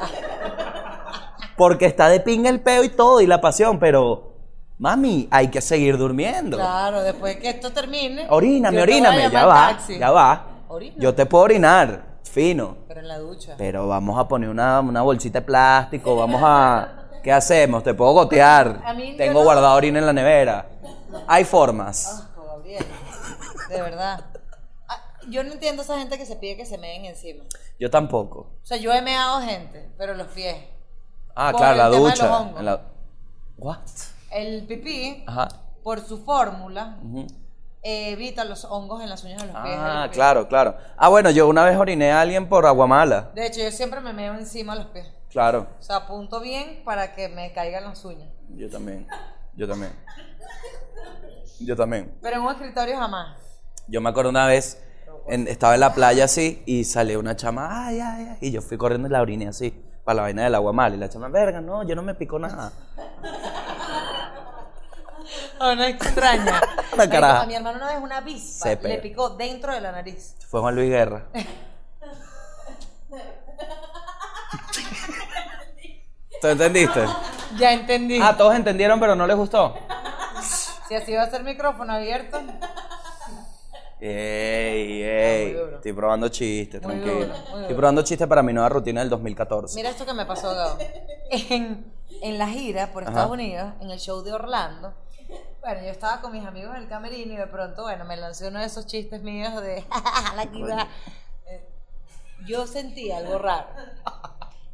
Porque está de pinga el peo y todo y la pasión, pero, mami, hay que seguir durmiendo. Claro, después que esto termine. Oríname, yo te voy a oríname, ya llamar va, taxi. ya va. Orina. Yo te puedo orinar, fino. Pero en la ducha. Pero vamos a poner una, una bolsita de plástico, vamos a... ¿Qué hacemos? Te puedo gotear. A mí yo Tengo no- guardado orina en la nevera. Hay formas. Asco, Gabriel. Ah, De verdad. Ah, Yo no entiendo esa gente que se pide que se meen encima. Yo tampoco. O sea, yo he meado gente, pero los pies. Ah, Por claro, el la tema de ducha. los hongos. en la- What? El pipí, Ajá. por su fórmula, ujú. evita los hongos en las uñas de los pies. de Ah, los pies. claro, claro. Ah, bueno, yo una vez oriné a alguien por aguamala. De hecho, yo siempre me meo encima los pies. Claro. O sea, apunto bien para que me caigan las uñas. Yo también. Yo también. Yo también. Pero en un escritorio jamás. Yo me acuerdo una vez, en- estaba en la playa así y salió una chama, ay, ay, ay, y yo fui corriendo y la oriné así, para la vaina del agua mal. Y la chama, verga, no, yo no me picó nada. A una Ah, extraña. Una caraja. A mi hermano una vez una avispa Se pega. le picó dentro de la nariz. Fue Juan Luis Guerra. ¿Tú entendiste? Ya entendí. Ah, todos entendieron, pero no les gustó. Si así va a ser micrófono abierto. Ey, ey, Muy duro. estoy probando chistes, Muy tranquilo. duro, muy duro. Estoy probando chistes para mi nueva rutina del 2014. Mira esto que me pasó, Gabo. En, en la gira por Estados Ajá. Unidos, en el show de Orlando, bueno, yo estaba con mis amigos en el camerino y de pronto, bueno, me lancé uno de esos chistes míos de la que iba, eh, yo sentí algo raro.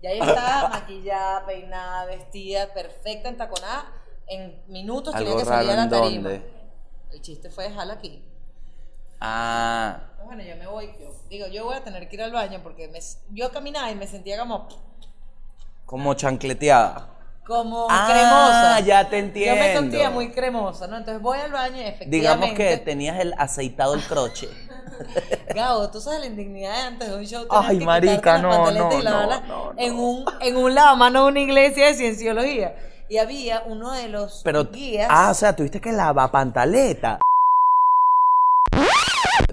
Ya yo estaba maquillada, peinada, vestida, perfecta, entaconada. En minutos tenía Algo que salir raro a la en tarima. dónde. El chiste fue dejarla aquí. Ah, Pero Bueno, yo me voy. yo- digo, yo voy a tener que ir al baño porque me, yo caminaba y me sentía como, como chancleteada. como Ah, cremosa. ya te Yo me entiendo. sentía muy cremosa, ¿no? Entonces voy al baño y efectivamente. Digamos que tenías el aceitado el croche. Gabo, tú sabes la indignidad de antes de un show. Ay, tenías que marica, quitarte las no, pantaletas no, y lavarlas no, no, En un, en un lavamano de una iglesia de cienciología. Y había uno de los Pero. guías. Ah, o sea, tuviste que lavar pantaleta.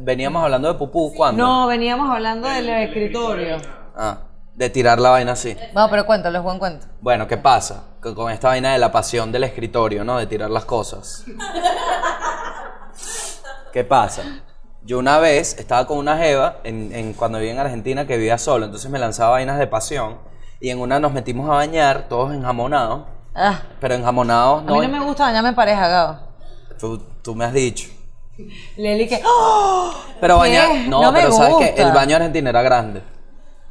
Veníamos hablando de pupú, ¿cuándo? no, veníamos hablando del, escritorio. Ah, de tirar la vaina así. No, pero cuéntalo, Juan, cuento. Bueno, ¿qué pasa? Con, con esta vaina de la pasión del escritorio, ¿no? De tirar las cosas. ¿Qué pasa? Yo una vez estaba con una jeva en, en- cuando vivía en Argentina que vivía solo, entonces me lanzaba vainas de pasión y en una nos metimos a bañar, todos enjamonados, Ah, pero enjamonados a no. mí no me gusta bañarme en pareja, Gabo. tú, tú me has dicho. Leli que. ¡Oh! Pero ¿Qué? bañar. No, No me pero sabes que gusta. el baño argentino era grande.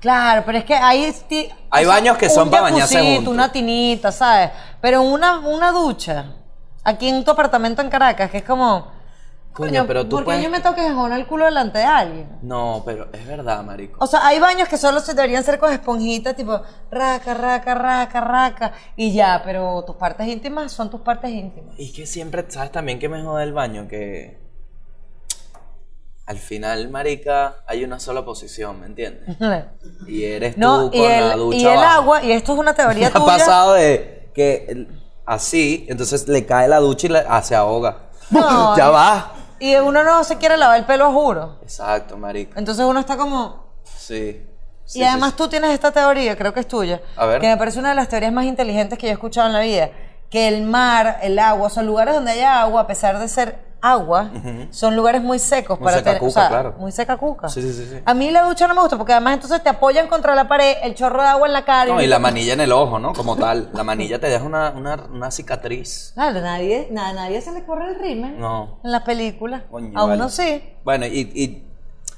Claro, pero es que ahí es ti- Hay o sea, baños que son un para bañarse jacuzzi, juntos. una tinita, ¿sabes? Pero una, una ducha. Aquí en tu apartamento en Caracas, que es como. Coño, coño, pero tú ¿Por qué puedes- yo me tengo que enjonar el culo delante de alguien? No, pero es verdad, marico. O sea, hay baños que solo se deberían ser con esponjitas, tipo raca, raca, raca, raca, y ya, pero tus partes íntimas son tus partes íntimas. Y que siempre, ¿sabes también que me jode el baño? Que al final, marica, hay una sola posición, ¿me entiendes? Y eres No, tú y con la el, ducha y el abajo. agua, y esto es una Me teoría ha tuya. pasado de que el- así, entonces le cae la ducha y la- ah, se ahoga. No, ya es- va. Y uno no se quiere lavar el pelo, juro. Exacto, marica. Entonces uno está como. Sí. Sí, sí, y además sí. tú tienes esta teoría, creo que es tuya, A ver. que me parece una de las teorías más inteligentes que yo he escuchado en la vida, que el mar, el agua, o sea, lugares donde haya agua, a pesar de ser agua, son lugares muy secos Muy para seca tener, cuca, o sea, claro. muy seca cuca. Sí, sí, sí, sí. A mí la ducha no me gusta porque además entonces te apoyan contra la pared, el chorro de agua en la cara. No, y la manilla en el ojo, ¿no? Como tal. La manilla te deja una, una, una cicatriz. Claro, nadie, na- nadie se le corre el rímel No. en las películas. Coño, a uno vale. sí. Bueno, y, y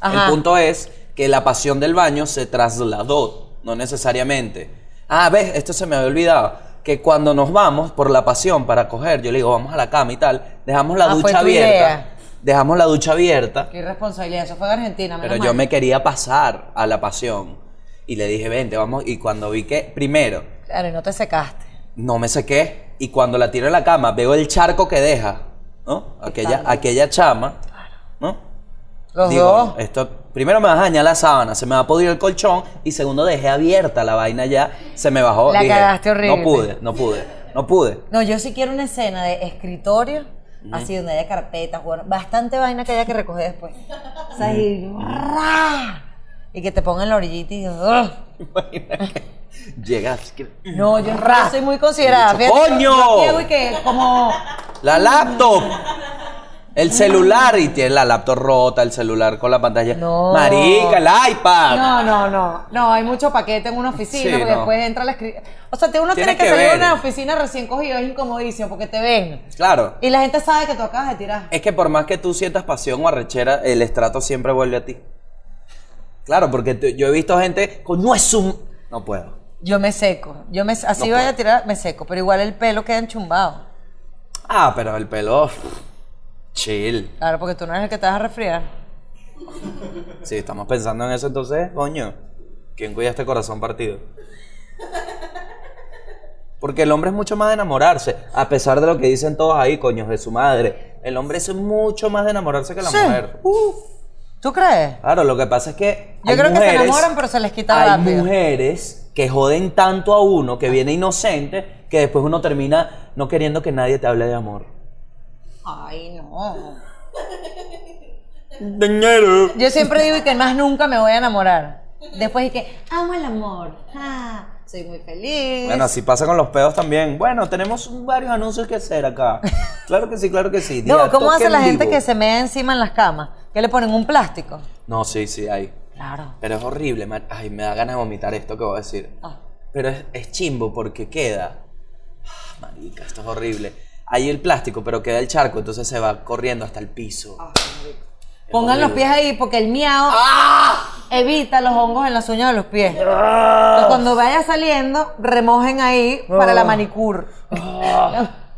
Ajá. el punto es que la pasión del baño se trasladó, no necesariamente. Ah, ves, esto se me había olvidado. Que cuando nos vamos por la pasión para coger, yo le digo, vamos a la cama y tal, dejamos la Ah, fue ducha tu abierta. idea. Dejamos la ducha abierta, Qué irresponsabilidad, eso fue en Argentina. menos pero mal. yo me quería pasar a la pasión. Y le dije, vente, vamos. Y cuando vi que, primero, Claro, y no te secaste. no me sequé. Y cuando la tiro en la cama, veo el charco que deja, ¿no? Aquella, aquella chama, ¿no? Los Digo, dos. Esto, primero me vas a dañar la sábana, se me va a pudrir el colchón y segundo dejé abierta la vaina ya, se me bajó. La dije, cagaste horrible. No pude, no pude, no pude. No, yo sí quiero una escena de escritorio, así donde haya carpetas, bueno, bastante vaina que haya que recoger después. O sea, y, ¡ra! y que te pongan la orillita y ¡ugh! Llegas. que- No, yo yo soy muy considerada. Mucho fíjate, yo- coño. Yo aquí hago y que como La laptop. El celular y tiene la laptop rota, el celular con la pantalla. No. Marica, el iPad. no, no, no, no, hay mucho paquete en una oficina Ah, Sí, porque no. después entra la escri- O sea, te- uno Tienes tiene que, que salir de ver. una oficina recién cogido, es incomodísimo porque te ven. Claro. Y la gente sabe que tú acabas de tirar. Es que por más que tú sientas pasión o arrechera, el estrato siempre vuelve a ti. Claro, porque tú- yo he visto gente con no es un no puedo. Yo me seco, yo me así No voy a puedo. tirar, me seco, pero igual el pelo queda enchumbado. Ah, pero el pelo pff, chill. Claro, porque tú no eres el que te vas a resfriar. Si estamos pensando en eso entonces, coño, ¿quién cuida este corazón partido? Porque el hombre es mucho más de enamorarse, a pesar de lo que dicen todos ahí, coños de su madre. El hombre es mucho más de enamorarse que la Sí. mujer. Uf. ¿Tú crees? Claro, lo que pasa es que Yo hay creo que se mujeres- enamoran, pero se les quita Hay rápido. mujeres que joden tanto a uno, que viene inocente, que después uno termina no queriendo que nadie te hable de amor. Ay, no. Dinero. Yo siempre digo y que más nunca me voy a enamorar. Después y que amo el amor. ah, soy muy feliz. Bueno, así pasa con los pedos también. Bueno, tenemos varios anuncios que hacer acá. Claro que sí, claro que sí. no, Día, ¿cómo toque hace la en gente vivo. que se mea encima en las camas? ¿Qué le ponen? ¿Un plástico? No, sí, sí, hay. Claro. Pero es horrible, man. Ay, me da ganas de vomitar esto que voy a decir. Ah. Pero es, es chimbo porque queda. Ah, Marica, esto es horrible. Hay el plástico, pero queda el charco, entonces se va corriendo hasta el piso. Pongan los horrible. pies ahí porque el miau. ¡Ah! evita los hongos en las uñas de los pies. Entonces, cuando vaya saliendo, remojen ahí para la manicure. La,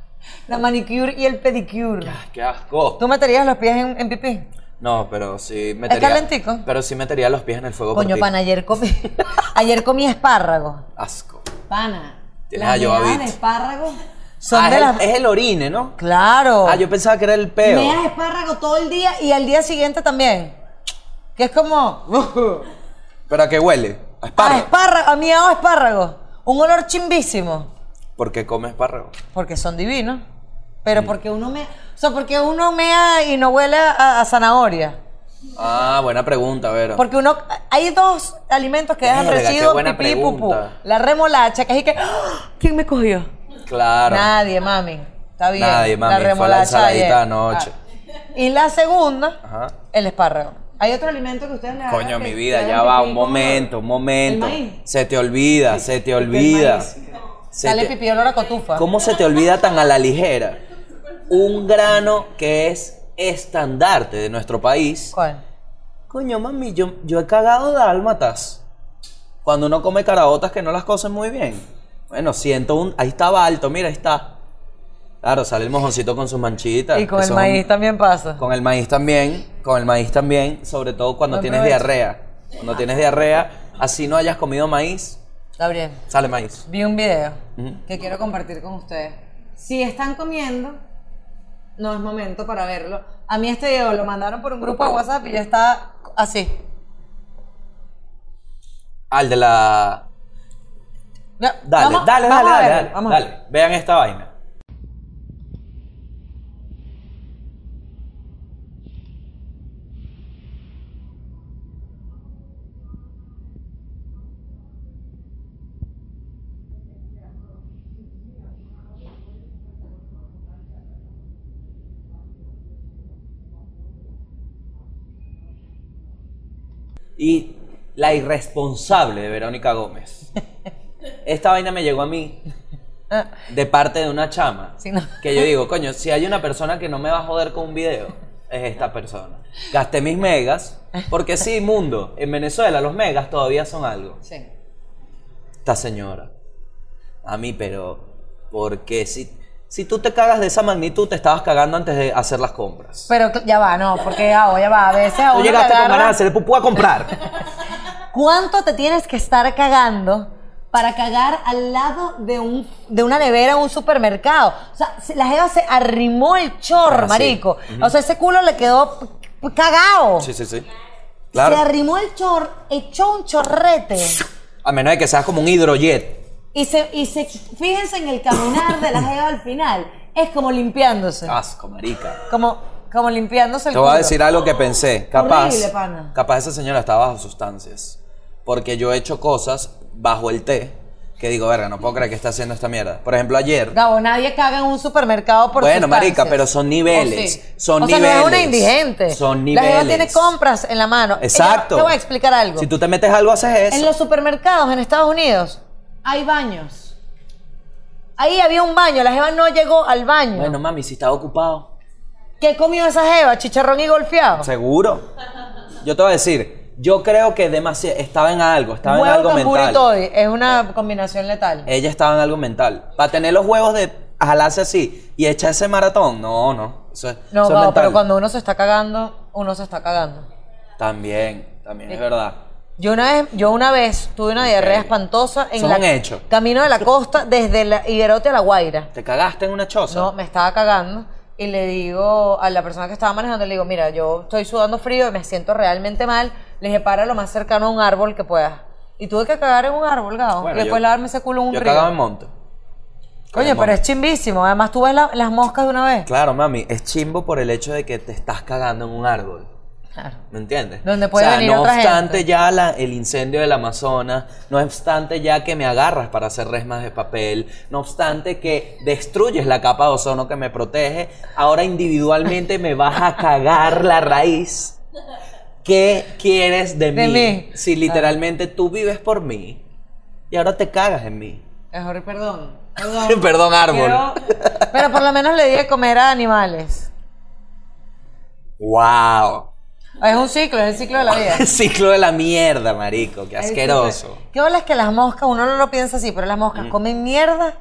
la manicure y el pedicure. Ah, ¡Qué asco! ¿Tú meterías los pies en, en pipí? No, pero sí metería. calentico? Pero sí metería los pies en el fuego. por Coño, ti. pana, ayer comí, ayer comí espárragos. Asco. Pana. Tienes las a Joavit. meadas de espárragos son Ah, de es, las... el, es el orine, ¿no? Claro. Ah, yo pensaba que era el peo. Meas espárrago todo el día y al día siguiente también. Que es como. ¿Pero a qué huele? A A espárrago. espárrago, a miado a espárrago. Un olor chimbísimo. ¿Por qué come espárrago? Porque son divinos. Pero porque uno me. O sea, porque uno mea y no huele a, a zanahoria. Ah, buena pregunta, Vero. Porque uno. Hay dos alimentos que dejan Verga, qué residuos buena pipí y pupú. pregunta. La remolacha, que es y que. ¡ah! ¿Quién me cogió? Claro. Nadie, mami. Está bien. Nadie, mami. Fue la ensaladita ayer. anoche. Ah. Y la segunda, Ajá. el espárrago. Hay otro alimento que ustedes le hagan Coño, que mi vida, ustedes ya hagan va, pipí un con- momento, un momento. ¿El maíz? Se te olvida, se te olvida. Se Sale te- pipí olor a cotufa. Este, ¿Cómo se te olvida tan a la ligera? Un grano que es estandarte de nuestro país. ¿Cuál? Coño, mami, yo, yo he cagado dálmatas. Cuando uno come caraotas que no las cocen muy bien. Bueno, siento un. Ahí estaba alto, mira, ahí está. Claro, sale el mojoncito con sus manchitas. Y con Eso es el un- maíz también pasa. Con el maíz también, con el maíz también, sobre todo cuando Buen tienes provecho. diarrea. Cuando tienes diarrea, así no hayas comido maíz, Gabriel, sale maíz. vi un video Ujú. que quiero compartir con ustedes. Si están comiendo, no es momento para verlo. A mí este video lo mandaron por un grupo de WhatsApp y yo estaba así. Al Ah, de la. No, Dale, vamos- dale, dale, vamos a dale, verlo, dale, vamos a dale. Vean esta vaina. Y la irresponsable de Verónica Gómez. Esta vaina me llegó a mí Ah, de parte de una chama. Sí, no. Que yo digo, coño, si hay una persona que no me va a joder con un video, es esta persona. Gasté mis megas, porque sí, mundo, en Venezuela los megas todavía son algo. sí. Esta señora. A mí, pero, porque si, si tú te cagas de esa magnitud, te estabas cagando antes de hacer las compras. Pero cl- ya va, no, porque ah, ya va, a veces a Tú uno le llegaste con agarra- ganas de hacer el pupú a comprar. ¿Cuánto te tienes que estar cagando para cagar al lado de un de una nevera en un supermercado? O sea, se- la jeva se arrimó el chorro, Ah, sí. marico. O sea, ese culo le quedó p- p- cagado. Sí, sí, sí. Se Claro. arrimó el chorro, echó un chorrete. A menos de que seas como un hidrojet. Y se, y se fíjense en el caminar de la jeva al final. Es como limpiándose. Asco, marica. Como, como limpiándose Ah. el Te voy a culo. decir algo que pensé. Capaz. Horrible, pana. Capaz esa señora está bajo sustancias. Porque yo he hecho cosas bajo el té que digo, verga, no puedo creer que está haciendo esta mierda. Por ejemplo, ayer. Gabo, nadie caga en un supermercado por bueno, marica, sustancias. pero son niveles. ¿O sí? Son o sea, niveles. no es una indigente. Son La niveles. gente tiene compras en la mano. Ella- Exacto. te voy a explicar algo. Si tú te metes algo, haces En eso. los supermercados en Estados Unidos hay baños. Ahí había un baño, la jeva no llegó al baño. Bueno, mami, si estás ocupado. ¿Qué comió esa jeva? Chicharrón y golfeado. Seguro. Yo te voy a decir, yo creo que demasiado. Estaba en algo, estaba en Huevo algo con mental. Eh, buritoy. Es una combinación letal. Ella estaba en algo mental. Para tener los huevos de jalarse así y echar ese maratón. No, no. Eso es, eso no, es Gabo, mental. pero cuando uno se está cagando, uno se está cagando. También, también Eh. es verdad. Yo una vez, yo una vez tuve una diarrea espantosa en Son la un hecho. camino de la costa desde la Higuerote a la Guaira. ¿Te cagaste en una choza? No, me estaba cagando y le digo a la persona que estaba manejando, le digo, mira, yo estoy sudando frío y me siento realmente mal. Le dije, para lo más cercano a un árbol que puedas. Y tuve que cagar en un árbol, Gabo. Bueno, y después yo- lavarme ese culo en un Yo río. cagaba en monte. Coño, pero es chimbísimo. Además, tú ves la- las moscas de una vez. Claro, mami, es chimbo por el hecho de que te estás cagando en un árbol. Claro. ¿Me entiendes? Donde puede o sea, venir no otra obstante gente. ya la- el incendio del Amazonas, no obstante ya que me agarras para hacer resmas de papel, no obstante que destruyes la capa de ozono que me protege, ahora individualmente me vas a cagar la raíz. ¿Qué quieres de, De mí. Si literalmente tú vives por mí y ahora te cagas en mí. Mejor, perdón. Perdón. Perdón, árbol. Quiero- Pero por lo menos le di de comer a animales. ¡Wow! Es un ciclo, es el ciclo de la vida. El ciclo de la mierda, marico. Qué asqueroso. Mm. ¿Qué bola es que las moscas, uno no lo piensa así, pero las moscas comen mierda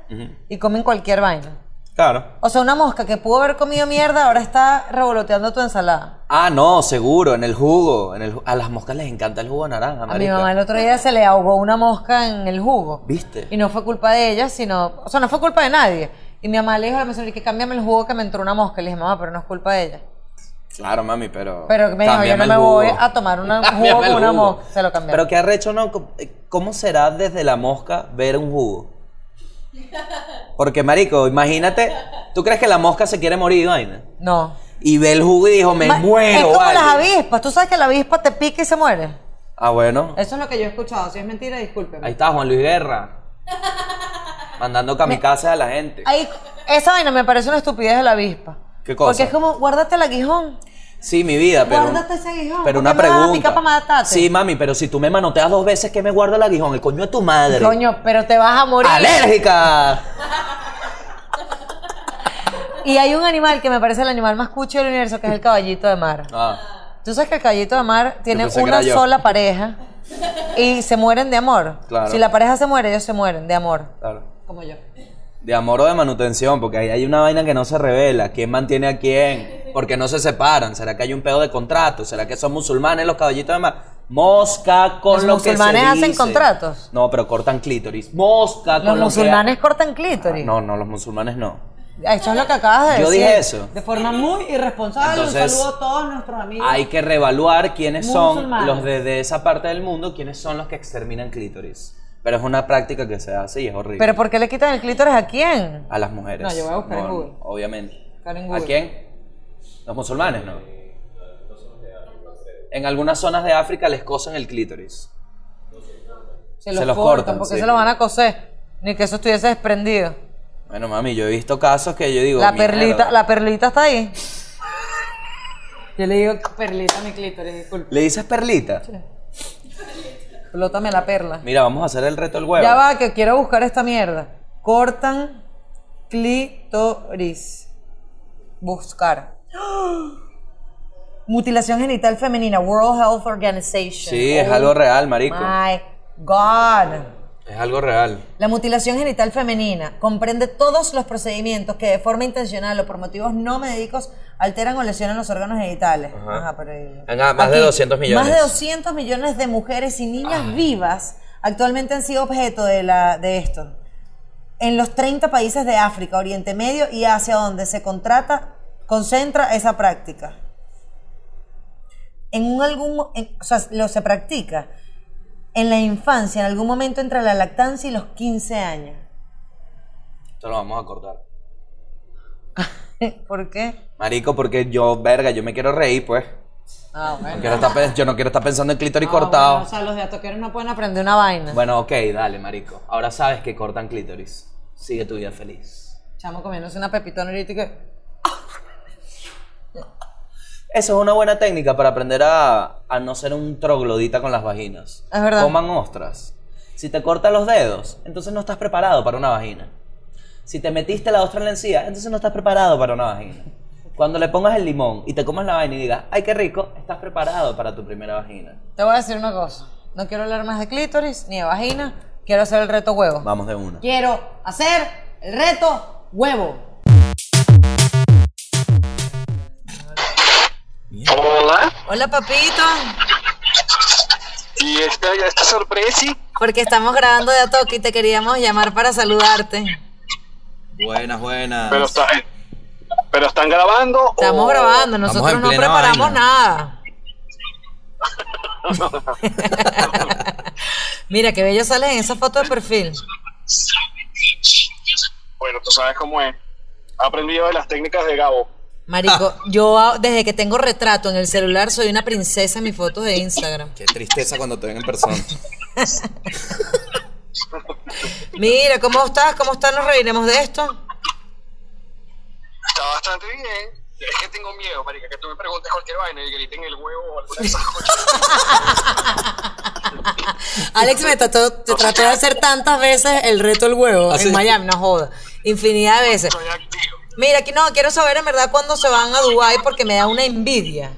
y comen cualquier vaina? Claro. O sea, una mosca que pudo haber comido mierda ahora está revoloteando tu ensalada. Ah, no, seguro, en el jugo. En el, ju- a las moscas les encanta el jugo de naranja, A mi marico. mamá el otro día se le ahogó una mosca en el jugo. ¿Viste? Y no fue culpa de ella, sino. O sea, no fue culpa de nadie. Y mi mamá le dijo a la mesera que cámbiame el jugo que me entró una mosca. Y le dije, mamá, pero no es culpa de ella. Claro, mami, pero. Pero me dijo, yo no cámbiame el me jugo. voy a tomar una- un Cámbiame jugo con el una jugo. mosca. Se lo cambié. Pero qué arrecho, ¿no? ¿Cómo- eh, ¿Cómo será desde la mosca ver un jugo? Porque, marico, imagínate, ¿tú crees que la mosca se quiere morir, vaina? No. Y ve el jugo y dijo, me Ma- muero, Es como vale. las avispas. Tú sabes que la avispa te pica y se muere. Ah, bueno. Eso es lo que yo he escuchado. Si es mentira, discúlpeme. Ahí está Juan Luis Guerra. Mandando kamikazes a la gente. Ahí, esa vaina me parece una estupidez de la avispa. ¿Qué cosa? Porque es como, guárdate el aguijón. Sí, mi vida, pero. Guárdate ese aguijón, Pero porque una me vas a pregunta. picar pa' matarte. sí, mami, pero si tú me manoteas dos veces, ¿qué me guardo el aguijón? El coño de tu madre. Coño, pero te vas a morir. ¡Alérgica! Y hay un animal que me parece el animal más cucho del universo, que es el caballito de mar. Ah, Tú sabes que el caballito de mar tiene pensé que una era yo. sola pareja y se mueren de amor. Claro. Si la pareja se muere, ellos se mueren de amor. claro. Como yo. De amor o de manutención, porque ahí hay una vaina que no se revela. ¿Quién mantiene a quién? Porque no se separan. ¿Será que hay un pedo de contrato? ¿Será que son musulmanes los caballitos de mar? Mosca con Los lo que se musulmanes hacen dice. contratos. No, pero cortan clítoris. Mosca con Los lo musulmanes cortan que... Ah, clítoris. Ah, No, no, los musulmanes no. Eso es lo que acabas de Yo decir. dije eso. De forma muy irresponsable, un Entonces, saludo a todos nuestros amigos. Hay que reevaluar quiénes son Musulmanes. los de, de esa parte del mundo, quiénes son los que exterminan clítoris. Pero es una práctica que se hace y es horrible. Pero ¿por qué le quitan el clítoris a quién? a las mujeres. No, yo voy a buscar en No, Google. Obviamente. Buscar en ¿A Google. quién? Los musulmanes, ¿no? En algunas zonas de África les cosen el clítoris. Se Se los, los cortan, cortan, porque sí. se los van a coser. Ni que eso estuviese desprendido. Bueno, mami, yo he visto casos que yo digo. la "Mierda". perlita, la perlita está ahí. Yo le digo perlita a mi clítoris, disculpe. ¿Le dices perlita? Flótame la perla. Mira, vamos a hacer el reto del huevo. Ya va, que quiero buscar esta mierda. Cortan clítoris. Buscar. Mutilación genital femenina, World Health Organization. Sí, es Oh algo real, marico. My God. Es algo real. La mutilación genital femenina comprende todos los procedimientos que de forma intencional o por motivos no médicos alteran o lesionan los órganos genitales. Ajá. pero eh, ahí- Venga, más de 200 millones. Ah. Más de 200 millones de mujeres y niñas vivas actualmente han sido objeto de, la, de esto. En los 30 países de África, Oriente Medio y Asia, donde se contrata, concentra esa práctica. En un algún, mo- en- o sea, lo se practica en la infancia, en algún momento entre la lactancia y los 15 años. Esto lo vamos a cortar. ¿Por qué? Marico, porque yo, verga, yo me quiero reír, pues. Ah, No bueno. quiero estar pe- yo no quiero estar pensando en clítoris Ah, cortado. o sea, los de atoqueros no pueden aprender. Aprende una vaina. Bueno, ok, dale, marico. Ahora sabes que cortan clítoris. Sigue tu vida feliz. Chamo comiéndose una pepitona ahorita y que... Eso es una buena técnica para aprender a, a no ser un troglodita con las vaginas. Es verdad. Coman ostras. Si te cortan los dedos, entonces no estás preparado para una vagina. Si te metiste la ostra en la encía, entonces no estás preparado para una vagina. Cuando le pongas el limón y te comas la vaina y digas, ay, qué rico, estás preparado para tu primera vagina. Te voy a decir una cosa. No quiero hablar más de clítoris ni de vagina. Quiero hacer el reto huevo. Vamos de una. Quiero hacer el reto huevo. Hola, Hola, papito. y esta, esta sorpresa, Porque estamos grabando de Atoque y te queríamos llamar para saludarte. Buenas, buenas. pero, está, eh, pero están grabando. Estamos o- grabando, Oh, Estamos nosotros en no plena preparamos vaina. nada. Mira, qué bello sales en esa foto de perfil. Bueno, tú sabes cómo es. He aprendido de las técnicas de Gabo. Marico, yo ah, desde que tengo retrato en el celular soy una princesa en mis fotos de Instagram. Qué tristeza cuando te ven en persona. Mira, ¿cómo estás? ¿Cómo estás? ¿Nos reiremos de esto? Está bastante bien. Es que tengo miedo, marica, que tú me preguntes cualquier vaina y griten el huevo o alguna cosa. Alex me trató, te trató de hacer tantas veces el reto el ¿Ah, huevo en Miami, no joda. Infinidad de veces. Estoy activo. Mira, aquí no, quiero saber en verdad cuándo se van a Dubai porque me da una envidia.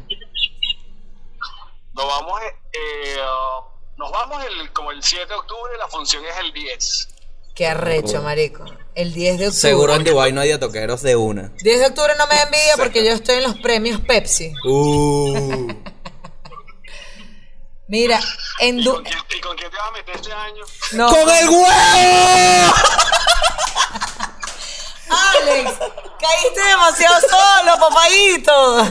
Nos vamos, eh, eh, ah, nos vamos el, como el 7 de octubre, la función es el 10. Qué arrecho, marico. El 10 de octubre. Seguro en Dubai no hay toqueros de una. 10 de octubre no me da envidia porque yo estoy en los premios Pepsi. Uh. Mira, en ¿Y Du- con, quién, y con quién te vas a meter este año? no, ¡Con el huevo! Alex, caíste demasiado solo, papayito.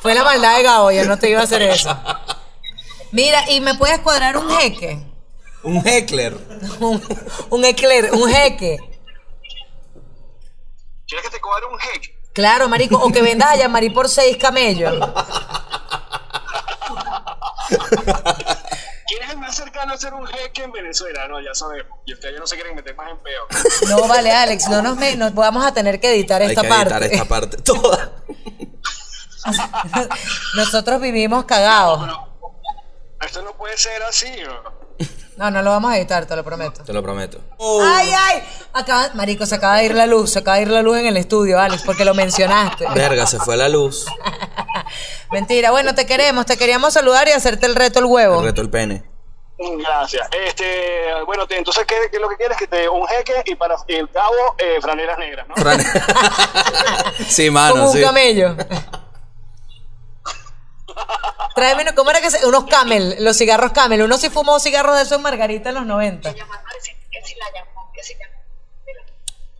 Fue la maldad de Gabo, yo no te iba a hacer eso. Mira, ¿y me puedes cuadrar un jeque? Un heckler. Un, un eclair, un jeque. ¿Quieres que te cobre un jeque? Claro, marico, o que vendas a Yamari por seis camellos. ¿Quién es el más cercano a ser un jeque en Venezuela? No, ya sabemos. Y ustedes no se quieren meter más en peo. No, vale, Alex, no nos, me- nos vamos a tener que editar Hay esta que parte. editar esta parte toda. Nosotros vivimos cagados. Pero esto no puede ser así. ¿no? No, no lo vamos a editar, te lo prometo. Te lo prometo. ¡Ay, ay! Acaba, marico, se acaba de ir la luz, se acaba de ir la luz en el estudio, Alex, porque lo mencionaste. Verga, se fue la luz. Mentira, bueno, te queremos, te queríamos saludar y hacerte el reto el huevo. El reto el pene. Gracias. Este, bueno, te- entonces, ¿qué, qué es lo que quieres? Que te un jeque y para el cabo, eh, franelas negras, ¿no? Fran- sí, Como mano, un sí. camello. Tráeme, uno- ¿cómo era que se, Unos camel, los cigarros camel. Uno sí fumó cigarros de esos en Margarita en los 90. ¿Es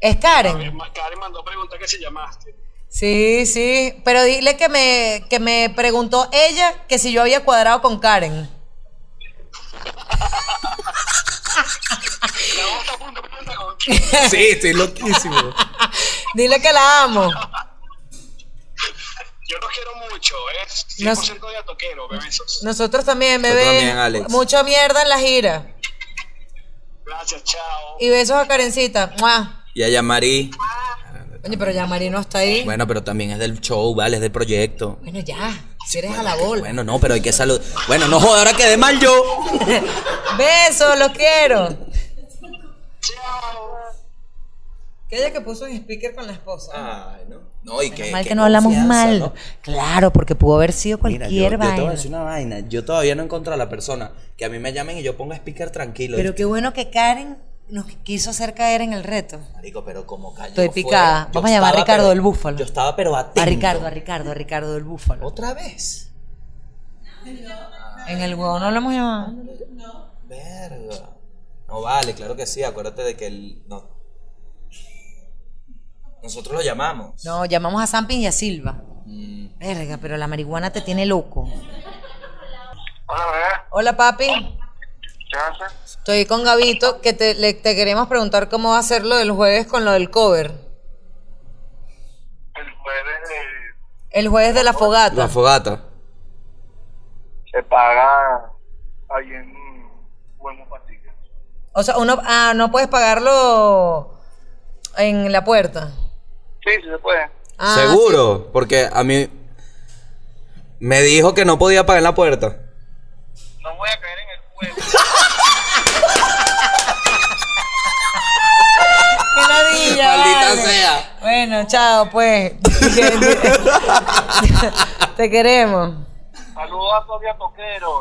Eh, Ah, Karen? Ma- Karen mandó preguntar que si llamaste. Sí, sí. Pero dile que me, que me preguntó ella que si yo había cuadrado con Karen. La voz está a punto, punto, punto. Sí, estoy loquísimo. Dile que la amo. Yo los quiero mucho, eh. es No 100% de atoquero, bebesos. Nosotros también, Nosotros bebé. también, Alex. Mucha mierda en la gira. Gracias, chao. Y besos a Karencita. ¡Mua! Y a Yamari. Oye, pero ya Mari no está ahí. Bueno, pero también es del show, ¿vale? Es del proyecto. Bueno, ya. Si eres a la bola. Bueno, no, pero hay que saludar. Bueno, no joder, ahora quedé mal yo. Besos, los quiero. Chao. Aquella que puso en speaker con la esposa. Ay, no. No, y que. Mal Ah, qué que no hablamos confianza, mal. ¿no? Claro, porque pudo haber sido Mira, yo, cualquier yo te voy a vaina. decir una vaina. Yo todavía no encuentro a la persona que a mí me llamen y yo ponga speaker tranquilo. Pero qué bueno que Karen nos quiso hacer caer en el reto. Marico, pero como cayó. Estoy fue- picada. yo Vamos a llamar a estaba, Ricardo pero- del Búfalo. Yo estaba, pero atento. A Ricardo, a Ricardo, a Ricardo del Búfalo. ¿Otra vez? En el huevo no lo hemos llamado. Verga. No vale, claro que sí. Acuérdate de que el. No. Nosotros lo llamamos. No, llamamos a Sampin y a Silva. Mm, Verga, pero la marihuana te tiene loco. Hola, bebé. Hola, papi. ¿Qué haces? Estoy con Gabito, que te, le- te queremos preguntar cómo va a ser lo del jueves con lo del cover. El jueves El jueves de la La fogata. fogata. se paga ahí en Huevo Patica. O sea, uno ah, no puedes pagarlo en la puerta. Sí, sí se puede. Ah, Seguro, porque a mí. Me dijo que no podía pagar en la puerta. No voy a caer en el juego. ¡Qué ladilla, Maldita vale! sea. Bueno, chao, pues. Te queremos. Saludos a Sofía Toquero.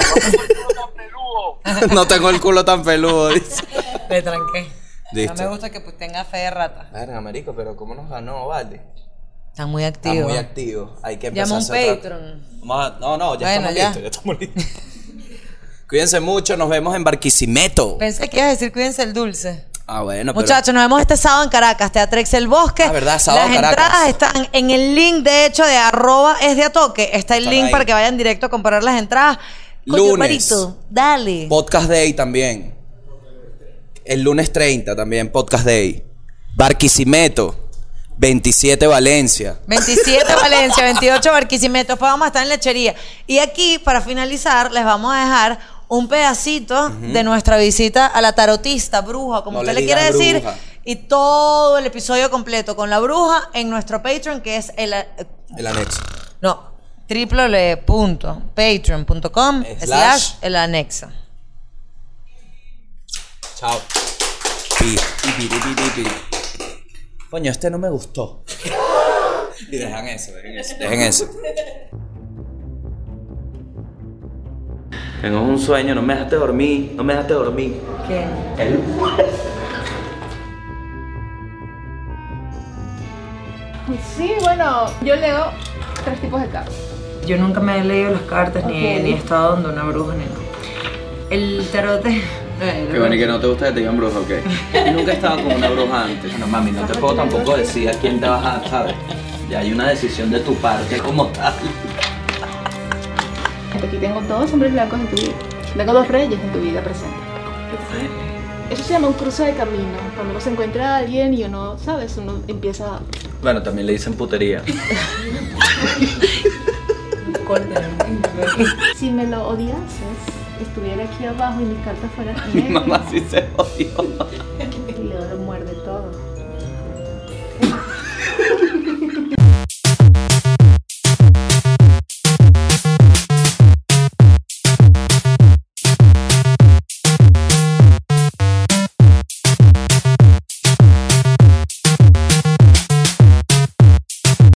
No peludo. No tengo el culo tan peludo, dice. Le tranqué. Listo. No me gusta que pues, tenga fe de rata. Verga, marico, pero ¿cómo nos ganó, vale? Está muy Está activo. muy activo. Hay que Llama empezar un a hacer otra- Patreon. Vamos a- No, no, ya Bueno, estamos ya. listos, ya estamos listos. Cuídense mucho, nos vemos en Barquisimeto. Pensé que ibas a decir cuídense el dulce. Ah, bueno, pero- Muchachos, nos vemos este sábado en Caracas, Teatrex El Bosque. Ah, verdad, sábado Las en Caracas. entradas están en el link, de hecho, de arroba es de Atoque. Está el Están link ahí. para que vayan directo a comprar las entradas. Coño, Lunes. Marito, dale. Podcast Day también. El lunes 30 también, Podcast Day. Barquisimeto, 27 Valencia. 27 Valencia, 28 Barquisimeto. Después vamos a estar en lechería. Y aquí, para finalizar, les vamos a dejar un pedacito de nuestra visita a la tarotista, bruja, como No usted le le, quiere digas decir. bruja. Y todo el episodio completo con la bruja en nuestro Patreon, que es el. eh, El anexo. No, www.patreon.com slash Slash. el anexo. Chao. Pi, pi, pi, pi, pi, pi. Coño, este no me gustó. Y dejan eso, dejen eso. Dejen eso. Tengo un sueño, no me dejaste dormir, no me dejaste dormir. ¿Quién? El- Sí, bueno, yo leo tres tipos de cartas. Yo nunca me he leído las cartas Ok. ni, ni he estado donde una bruja ni nada. El tarot de... Bueno, Que bueno, y que no te gusta que te digan bruja, ok. Nunca he estado con una bruja antes. Bueno, mami, no te puedo tampoco decir a quién te vas a, ¿sabes? Ya hay una decisión de tu parte como tal. Aquí tengo dos hombres blancos en tu vida. Tengo dos reyes en tu vida presente. Eso se llama un cruce de camino. Cuando uno se encuentra a alguien y uno, ¿sabes? Uno empieza Bueno, también le dicen putería. Si me lo odiases, estuviera aquí abajo y mis cartas fueran Mi negras. mamá sí se odió.